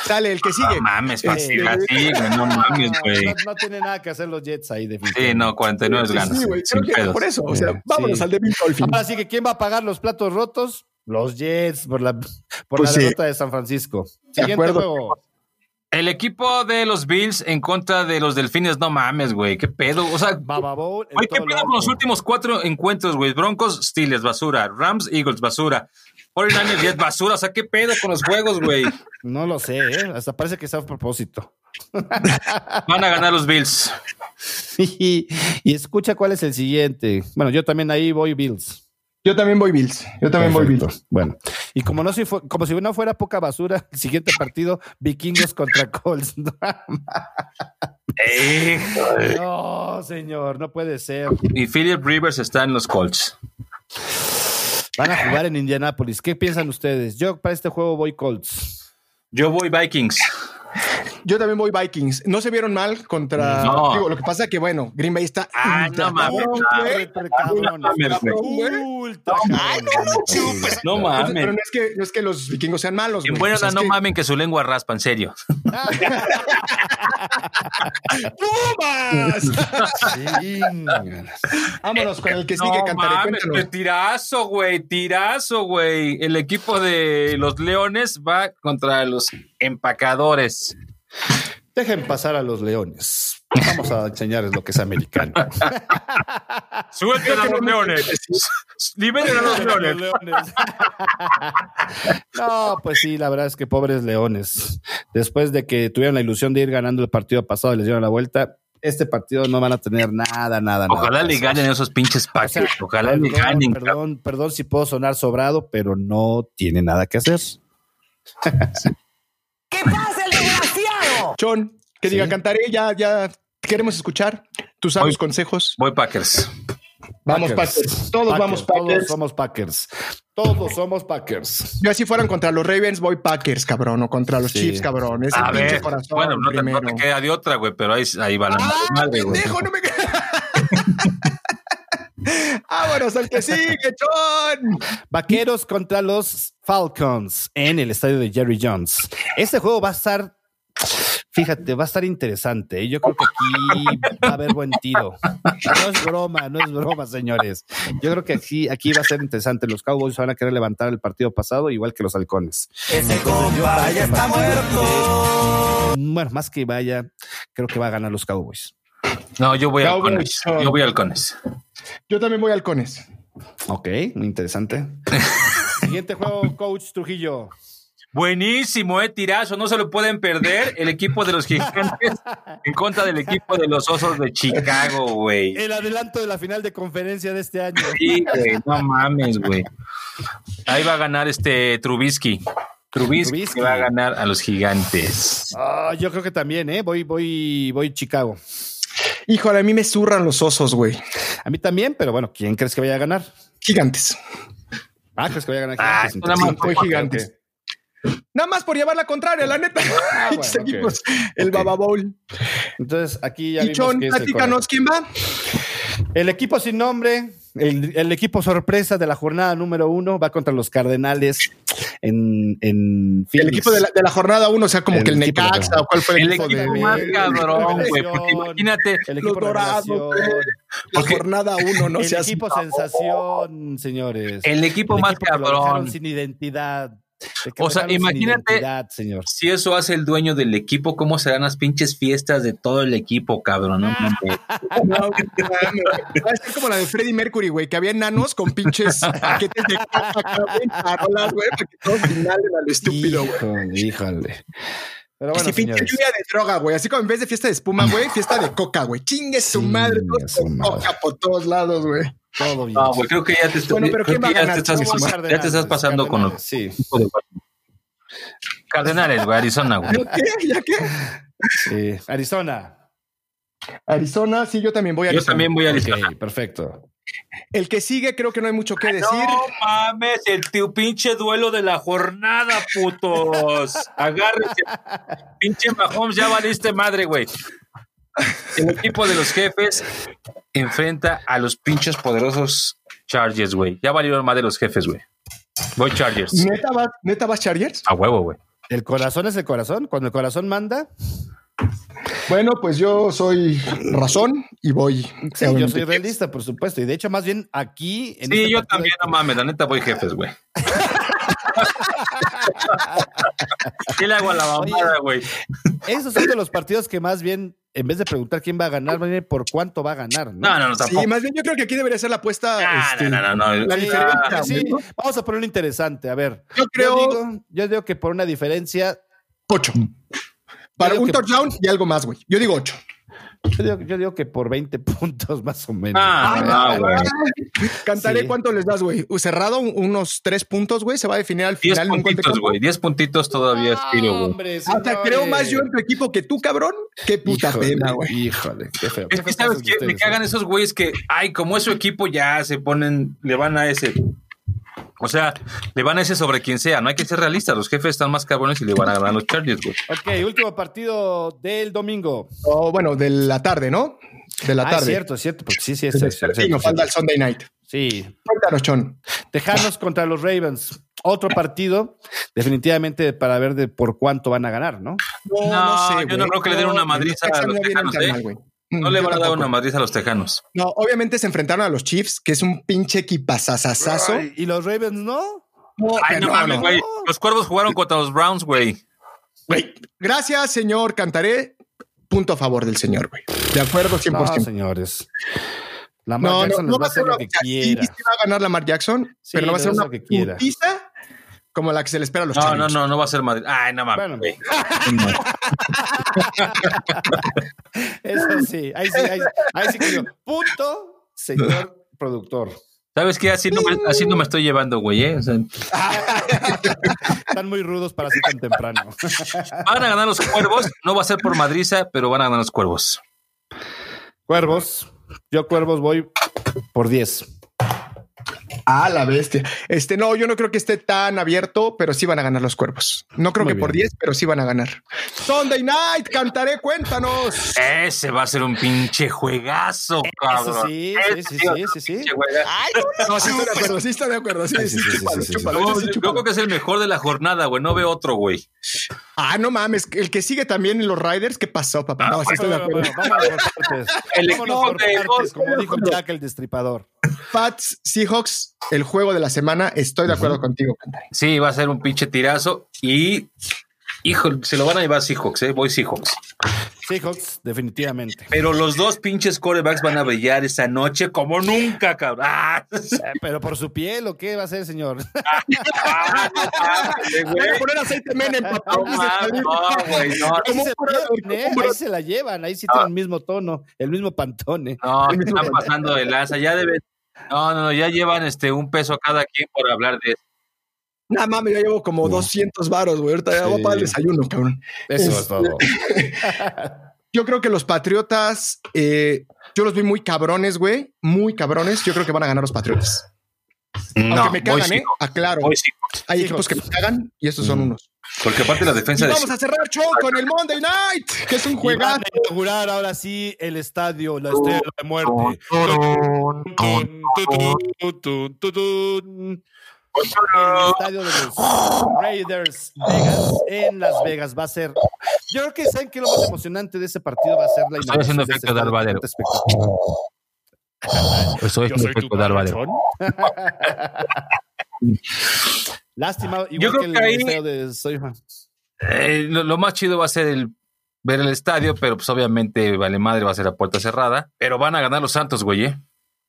S7: Sale el que sigue.
S3: No mames, fácil,
S7: Eh,
S3: así, güey, no mames,
S6: Ah, no,
S3: güey.
S6: no tiene nada que hacer los Jets ahí definitivamente.
S3: Sí, no, 49 ganas.
S7: Sí, güey,
S3: sin
S7: creo que
S3: pedos.
S7: por eso. O sea,
S6: Sí.
S7: vámonos al Devin Dolphin.
S6: Ahora sí que quién va a pagar los platos rotos? Los Jets por la por
S7: Pues
S6: la
S7: sí.
S6: derrota de San Francisco. Siguiente
S7: acuerdo.
S6: juego.
S3: El equipo de los Bills en contra de los Delfines, no mames, güey. ¿Qué pedo? O sea,
S6: Baba Bowl en
S3: güey, ¿qué
S6: todo lo
S3: pedo con los
S6: alto.
S3: últimos cuatro encuentros, güey? Broncos, Steelers, basura. Rams, Eagles, basura. 49ers, Jets, basura. O sea, ¿qué pedo con los juegos, güey?
S6: No lo sé, ¿eh? hasta parece que está a propósito.
S3: Van a ganar los Bills.
S6: Y, y escucha cuál es el siguiente. Bueno, yo también ahí voy Bills.
S7: Yo también voy Bills. Yo también voy
S6: Perfecto.
S7: Bills.
S6: Bueno, y como no soy fu- como si no fuera poca basura, el siguiente partido Vikingos contra Colts. No, señor, no puede ser.
S3: Y Philip Rivers está en los Colts.
S6: Van a jugar en Indianápolis. ¿Qué piensan ustedes? Yo para este juego voy Colts.
S3: Yo voy Vikings.
S7: Yo también voy Vikings. No se vieron mal contra.
S3: No.
S7: Digo, lo que pasa que, bueno, Green Bay está.
S3: Ah,
S7: ultra
S3: no mames.
S7: cabrón, güey.
S6: Ultra cabrones.
S3: mames, güey.
S6: Ultra
S4: Ay, no, no,
S6: cabrones.
S4: chupes.
S3: No
S7: Pero
S3: mames.
S7: no es, que, no es que los vikingos sean malos.
S3: En
S7: güey.
S3: buena
S7: O sea,
S3: onda,
S7: es
S3: no
S7: que-
S3: mamen que su lengua raspa, en serio.
S7: ¡Pumas!
S6: Chingas.
S7: Vámonos con el que sigue,
S3: no
S7: Cantaré.
S3: mames,
S7: Cuéntanos.
S3: pues, tirazo, güey, tirazo, güey. El equipo de los Leones va contra los empacadores.
S6: Dejen pasar a los leones. Vamos a enseñarles lo que es americano.
S3: Suelten a los leones. Liberen a los leones.
S6: No, pues sí, la verdad es que pobres leones. Después de que tuvieron la ilusión de ir ganando el partido pasado y les dieron la vuelta, este partido no van a tener nada, nada,
S3: Ojalá
S6: nada.
S3: le ganen esos pinches
S6: O sea,
S3: Packers. Ojalá le
S6: perdón,
S3: ganen. cabrón.
S6: Perdón, perdón si puedo sonar sobrado, pero no tiene nada que hacer.
S9: ¿Qué pasa, el desgraciado?
S7: Chon, que diga, cantaré, ya, ya queremos escuchar tus sabios
S3: Oye.
S7: consejos.
S3: Voy Packers.
S7: Vamos, Packers. Todos vamos,
S6: Todos
S7: Packers.
S6: somos Packers. Todos somos Packers.
S7: Yo así fueran contra los Ravens, voy Packers, cabrón, o contra los
S6: Sí.
S7: Chiefs, cabrón. Ese
S3: A
S7: pinche
S3: ver.
S7: corazón
S3: Bueno, no te, no
S7: primero.
S3: te queda de otra, güey, pero ahí, ahí van.
S7: ¡Ah, pendejo, no me ¡Vámonos al que sigue, Chon!
S6: Vaqueros contra los Falcons en el estadio de Jerry Jones. Este juego va a estar, fíjate, va a estar interesante. ¿eh? Yo creo que aquí va a haber buen tiro. No es broma, no es broma, señores. Yo creo que aquí, aquí va a ser interesante. Los Cowboys van a querer levantar el partido pasado, igual que los halcones.
S9: Ese compa ya está muerto.
S6: Bueno, más que vaya, creo que va a ganar los Cowboys.
S3: No, yo voy al
S7: Cowboys
S3: Cones.
S7: son-
S3: Yo voy al Cones.
S7: Yo también voy halcones.
S6: Ok, muy interesante. Siguiente juego, Coach Trujillo.
S3: Buenísimo, eh, tirazo, no se lo pueden perder. El equipo de los gigantes en contra del equipo de los osos de Chicago, güey.
S6: El adelanto de la final de conferencia de este año.
S3: Sí, güey, no mames, güey. Ahí va a ganar este Trubisky. Trubisky,
S6: Trubisky.
S3: va a ganar a los gigantes.
S6: Ah, yo creo que también, ¿eh? Voy, voy, voy Chicago.
S7: Híjole, a mí me zurran los osos, güey.
S6: A mí también, pero bueno, ¿quién crees que vaya a ganar?
S7: Gigantes.
S6: Ah, ¿crees que vaya a ganar?
S3: Ah,
S6: Gigantes?
S3: nada más.
S6: Interesante.
S7: Voy gigantes. Nada más por llevar la contraria, la neta.
S6: Ah, bueno,
S7: Seguimos el
S6: ok.
S7: Baba Bowl.
S6: Entonces, aquí ya
S7: Y
S6: vimos
S7: Chon,
S6: que es el,
S7: platícanos quién va.
S6: correcto. El equipo sin nombre, el, el equipo sorpresa de la jornada número uno, va contra los Cardenales en, en
S7: El
S6: Phoenix.
S7: equipo de la, de la jornada uno, o sea, como
S6: El
S7: que el
S6: equipo de
S7: Necaxa
S6: la-
S7: o cuál fue el,
S3: El equipo
S7: de
S3: más
S6: de-
S3: cabrón, güey. Porque
S6: Revelación.
S3: imagínate,
S6: El equipo
S7: Los Dorados,
S6: revelación,
S7: güey. la
S3: Porque-
S7: jornada uno, no
S6: el
S7: seas
S6: equipo sensación, señores.
S3: el equipo más
S6: que lo dejaron
S3: cabrón.
S6: sin identidad. El que
S3: O sea,
S6: dejaron sin
S3: imagínate-
S6: identidad, señor.
S3: Si eso hace el dueño del equipo, ¿cómo serán las pinches fiestas de todo el equipo, cabrón? No mames.
S7: No, güey. Va a ser como la de Freddie Mercury, güey, que había enanos con pinches paquetes de coca, cabrón, parolas, Ah, güey, para que todos finalen a lo estúpido, güey.
S6: Híjole, híjole. Pero bueno,
S7: Así pinche
S6: señores.
S7: lluvia de droga, güey. Así como en vez de fiesta de espuma, güey, fiesta de coca, güey. Chingue su
S6: Chingue
S7: madre, todos
S6: su
S7: con
S6: madre.
S7: coca por todos lados, güey.
S6: Todo bien.
S3: No, güey, creo que ya te,
S7: Bueno, pero
S3: creo
S7: ¿quién va
S3: que ya
S7: a ganar?
S3: te estás,
S7: ¿Cómo
S6: Vamos,
S3: ya te
S6: Cardenales,
S3: estás pasando con
S6: Cardenales,
S3: los
S6: Sí,
S3: equipos de Cardenales, güey, Arizona, güey.
S7: ¿Ya qué? ¿Ya qué?
S6: sí. Arizona.
S7: Arizona, sí, yo también voy a
S3: Yo
S7: Arizona.
S3: también voy a Arizona.
S6: Ok, perfecto.
S7: El que sigue, creo que no hay mucho que decir.
S2: No mames, el tío pinche duelo de la jornada, putos.
S3: Agárrese. Pinche Mahomes, ya valiste madre, güey. El equipo de los jefes enfrenta a los pinches poderosos Chargers, güey. Ya valieron madre los jefes, güey. Voy Chargers.
S7: ¿Neta vas, ¿Neta vas Chargers?
S3: A huevo, güey.
S6: El corazón es el corazón. Cuando el corazón manda,
S7: Bueno, pues yo soy razón y voy.
S6: sí, yo soy realista, por supuesto. Y de hecho, más bien aquí. en
S3: Sí,
S6: este
S3: yo
S6: partido-
S3: también, no mames, la neta voy jefes, güey. ¿Qué le hago a la mamada, güey?
S6: Esos son de los partidos que más bien, en vez de preguntar quién va a ganar, más bien por cuánto va a ganar. No,
S3: No, no, no, tampoco.
S7: Sí, más bien yo creo que aquí debería ser la apuesta.
S3: Ah,
S7: este,
S3: no, no, ah, no, no.
S7: La
S6: Sí, ah,
S7: diferencia.
S6: sí,
S7: güey, ¿no?
S6: Vamos a ponerlo interesante. A ver,
S7: Yo creo
S6: yo digo, yo digo que por una diferencia,
S7: ocho. Para
S6: digo
S7: un
S6: que-
S7: touchdown y algo más, güey. Yo digo ocho.
S6: yo digo, yo digo que por 20 puntos más o menos.
S3: Ah, no, güey.
S7: Cantaré
S6: Sí.
S7: cuánto les das, güey. Uh, Cerrado un- unos tres puntos, güey. Se va a definir al
S3: 10
S7: final. en un gol de
S3: puntitos,
S7: campo.
S3: güey. eh. 10 puntitos todavía es tiro, güey.
S6: Hombre,
S7: Hasta creo más yo en tu equipo que tú, cabrón. Qué puta
S6: Híjole,
S7: pena, güey.
S6: Híjole, qué feo.
S3: Es
S6: Qué
S3: que,
S6: feas
S3: ¿sabes
S6: cosas de
S3: qué? Me
S6: ustedes,
S3: cagan
S6: ¿eh?
S3: esos güeyes que, ay, como es su equipo, ya se ponen, le van a ese. O sea, le van a ese sobre quien sea. No hay que ser realistas. Los jefes están más cabrones y le van a ganar a los Chargers, güey.
S6: Ok, último partido del domingo.
S7: O bueno, de la tarde, ¿no? De la
S6: ah, es
S7: tarde.
S6: cierto, es cierto. Porque sí, sí, es
S7: Sí,
S6: cierto. es cierto,
S7: nos falta el Sunday night.
S6: Sí.
S7: Cuéntanos, Chon.
S6: Tejanos contra los Ravens. Otro partido, definitivamente para ver de por cuánto van a ganar, ¿no?
S7: No,
S3: No, yo no
S7: güey.
S3: creo que le den una
S7: No,
S3: madriza a
S7: Texans
S3: los
S7: no vienen
S3: Tejanos,
S7: tan
S3: ¿eh?
S7: mal, güey.
S3: No
S7: Mm,
S3: le
S7: yo
S3: van a dar
S7: tampoco.
S3: una madriz a los tejanos.
S7: No, obviamente se enfrentaron a los Chiefs, que es un pinche equipazazazazo.
S6: Ay, Y los Ravens no.
S3: Ay, no
S7: no,
S3: mames,
S7: no.
S3: güey. Los cuervos jugaron contra los Browns, güey.
S7: Güey, Gracias, señor Cantaré,
S8: punto a favor del señor, güey. De acuerdo, 100%.
S6: No, señores. La
S8: No,
S6: no,
S8: no,
S6: Jackson
S8: no
S6: les va
S8: va
S6: a hacer lo que
S8: sí,
S6: quiera.
S8: sí va a ganar Lamar Jackson,
S6: Sí,
S8: pero no va a
S6: le
S8: ser
S6: va a
S8: una
S6: hacer lo que quiera.
S8: putiza como la que se le espera a los
S3: No, no,
S8: Chargers.
S3: no, no va a ser Madrid. Ay, no mames.
S6: Bueno, eso sí. Ahí sí, ahí, ahí sí que yo. Punto, señor productor.
S3: ¿Sabes qué? Así no, me, así no me estoy llevando, güey. ¿eh? O sea,
S6: Están muy rudos para ser tan temprano.
S3: van a ganar los cuervos. No va a ser por madriza, pero van a ganar los cuervos.
S6: Cuervos. Yo, Cuervos, voy por 10.
S8: Ah, la bestia. Este, no, yo no creo que esté tan abierto, pero sí van a ganar los cuervos. No creo
S6: Muy
S8: que por
S6: bien.
S8: 10, pero sí van a ganar. Sunday night, cantaré, cuéntanos.
S3: Ese va a ser un pinche juegazo, cabrón.
S6: Eso sí, sí, sí,
S3: Ese va a
S6: sí,
S3: ser
S6: sí, sí. Ah,
S3: un pinche juegazo.
S10: Ay,
S8: No, sí estoy de acuerdo, sí estoy de acuerdo. Sí,
S6: Ay,
S8: sí,
S6: Ah, sí, sí, sí,
S8: chúpalo,
S6: este sí, sí,
S8: chúpalo,
S3: Yo,
S8: ese sí,
S3: yo
S8: chúpalo.
S3: creo que es el mejor de la jornada, güey. No veo otro, güey.
S8: Ah, no mames, el que sigue también en los Riders, ¿qué pasó, papá? No, sí estoy de
S6: Ah, Bueno,
S8: acuerdo.
S6: bueno, vámonos por partes.
S3: El
S6: Vámonos
S3: equipo
S6: por
S3: de
S6: partes,
S3: los-
S6: como dijo Jack el destripador.
S8: Pats, Seahawks, el juego de la semana, estoy de acuerdo contigo, cantaré.
S3: Sí, va a ser un pinche tirazo y. Híjole, se lo van a llevar Seahawks, ¿eh? Voy Seahawks.
S6: Seahawks, definitivamente.
S3: Pero los dos pinches corebacks van a brillar esa noche como nunca, cabrón. Ah,
S6: Eh, Pero por su piel, ¿o qué va a ser, señor?
S8: Voy a poner aceite men en papá.
S3: no, mames, no, güey, no.
S6: Ahí
S8: Como
S6: se,
S8: fuera de-
S6: pierden, ¿eh?
S8: como fuera
S6: Ahí se la llevan,
S8: Ah.
S6: ahí sí tienen el mismo tono, el mismo ¿eh? pantone.
S3: No, se están pasando de lanza. Ya deben. No, no, no, ya llevan este un peso cada quien por hablar de eso.
S8: No mames, yo llevo como 200 varos, güey. Ahorita ya voy a pagar el desayuno, cabrón.
S6: Eso
S8: Este,
S6: es todo.
S8: Yo creo que los Patriotas, eh, yo los vi muy cabrones, güey. Muy cabrones. Yo creo que van a ganar los Patriotas.
S3: No,
S8: Aunque me
S3: voy
S8: cagan, ¿eh?
S3: Seahawks.
S8: Aclaro.
S3: Voy Seahawks.
S8: Hay
S6: Seahawks.
S8: equipos que me cagan y estos son unos.
S3: Porque aparte la
S8: Y
S3: defensa de
S8: vamos a cerrar show con el Monday Night, que es un
S6: Y van
S8: juegazo.
S6: a inaugurar ahora sí el estadio, la estrella de muerte.
S11: Turun, turun.
S6: Tun, tun, tun, tun. El estadio de los Raiders Vegas en Las Vegas va a ser. Yo creo que saben que lo más emocionante de ese partido va a ser la
S3: Estoy haciendo
S6: inauguración de este
S3: efecto
S6: ese
S3: Darth Vader.
S6: tanta expectativa.
S3: Eso Pues es lo que puedo dar, vale.
S6: Lástima, igual
S3: Yo creo
S6: que el
S3: que ahí-
S6: estadio de Soyma.
S3: Eh, lo, lo más chido va a ser el ver el estadio, pero pues obviamente vale madre, va a ser a puerta cerrada. Pero van a ganar los Santos, güey, ¿eh?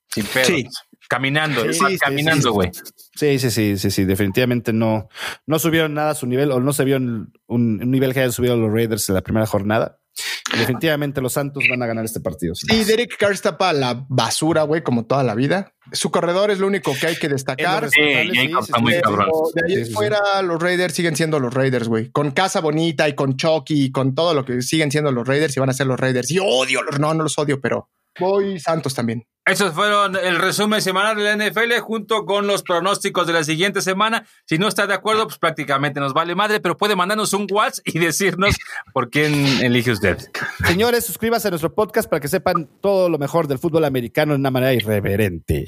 S3: Sin pedos.
S8: Sí.
S3: Caminando,
S6: Sí,
S3: es más,
S6: sí, sí,
S3: caminando,
S6: sí.
S3: güey.
S6: Sí, sí, sí, sí, sí, definitivamente no, no subieron nada a su nivel o no se vio un, un nivel que hayan subido los Raiders en la primera jornada. Y Definitivamente los Santos van a ganar este partido. sin
S8: Y Derek Carr está para la basura, güey, como toda la vida. Su corredor es lo único que hay que destacar.
S6: Es lo respetable,
S3: Sí, Jacob está muy
S6: sí,
S8: Pero
S3: cabrón.
S8: de ahí
S6: Sí,
S8: en
S6: sí, sí.
S8: fuera, los Raiders siguen siendo los Raiders, güey. Con casa bonita y con Chucky y con todo lo que siguen siendo los Raiders y van a ser los Raiders. Y odio los, no, no los odio, pero voy Santos también.
S3: Esos fueron el resumen semanal de la NFL junto con los pronósticos de la siguiente semana. Si no está de acuerdo, pues prácticamente nos vale madre, pero puede mandarnos un WhatsApp y decirnos por quién elige usted.
S6: Señores, suscríbanse a nuestro podcast para que sepan todo lo mejor del fútbol americano de una manera irreverente.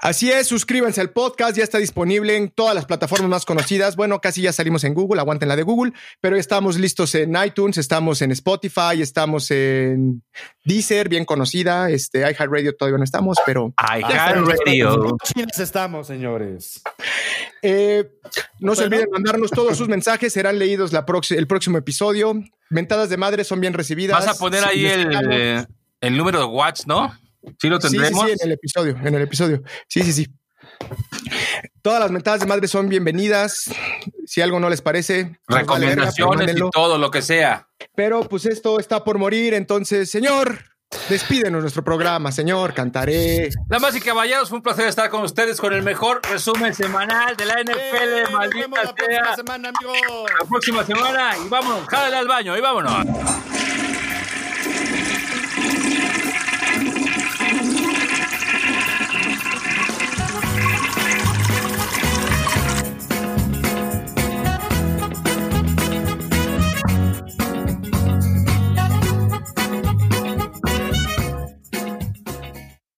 S8: Así es, suscríbanse al podcast, ya está disponible en todas las plataformas más conocidas. Bueno, casi ya salimos en Google, aguanten la de Google, pero ya estamos listos en iTunes, estamos en Spotify, estamos en Deezer, bien conocida, este iHeartRadio todavía no estamos, pero
S3: I got radio.
S6: Chinas estamos, señores.
S8: Eh, no
S6: Bueno.
S8: se olviden mandarnos todos sus mensajes, serán leídos la proxi- el próximo episodio. Mentadas de madre son bien recibidas.
S3: Vas a poner
S8: Sí,
S3: ahí
S8: les
S3: el,
S8: amo.
S3: eh, el número de watts, ¿no? Sí, lo
S8: Sí, sí,
S3: tendremos.
S8: sí, en el episodio, en el episodio. Sí, sí, sí. Todas las mentadas de madre son bienvenidas. Si algo no les parece, nos vale verga, pero
S3: Recomendaciones
S8: mándenlo.
S3: y todo lo que sea.
S8: Pero pues esto está por morir, entonces, señor, despídenos nuestro programa, señor, cantaré.
S3: Damas y caballeros, fue un placer estar con ustedes con el mejor resumen semanal de la
S8: Eh,
S3: NFL,
S6: Nos vemos
S3: maldita
S6: la próxima
S3: sea.
S6: semana, amigos.
S3: La próxima semana y vámonos, jálale al baño y vámonos.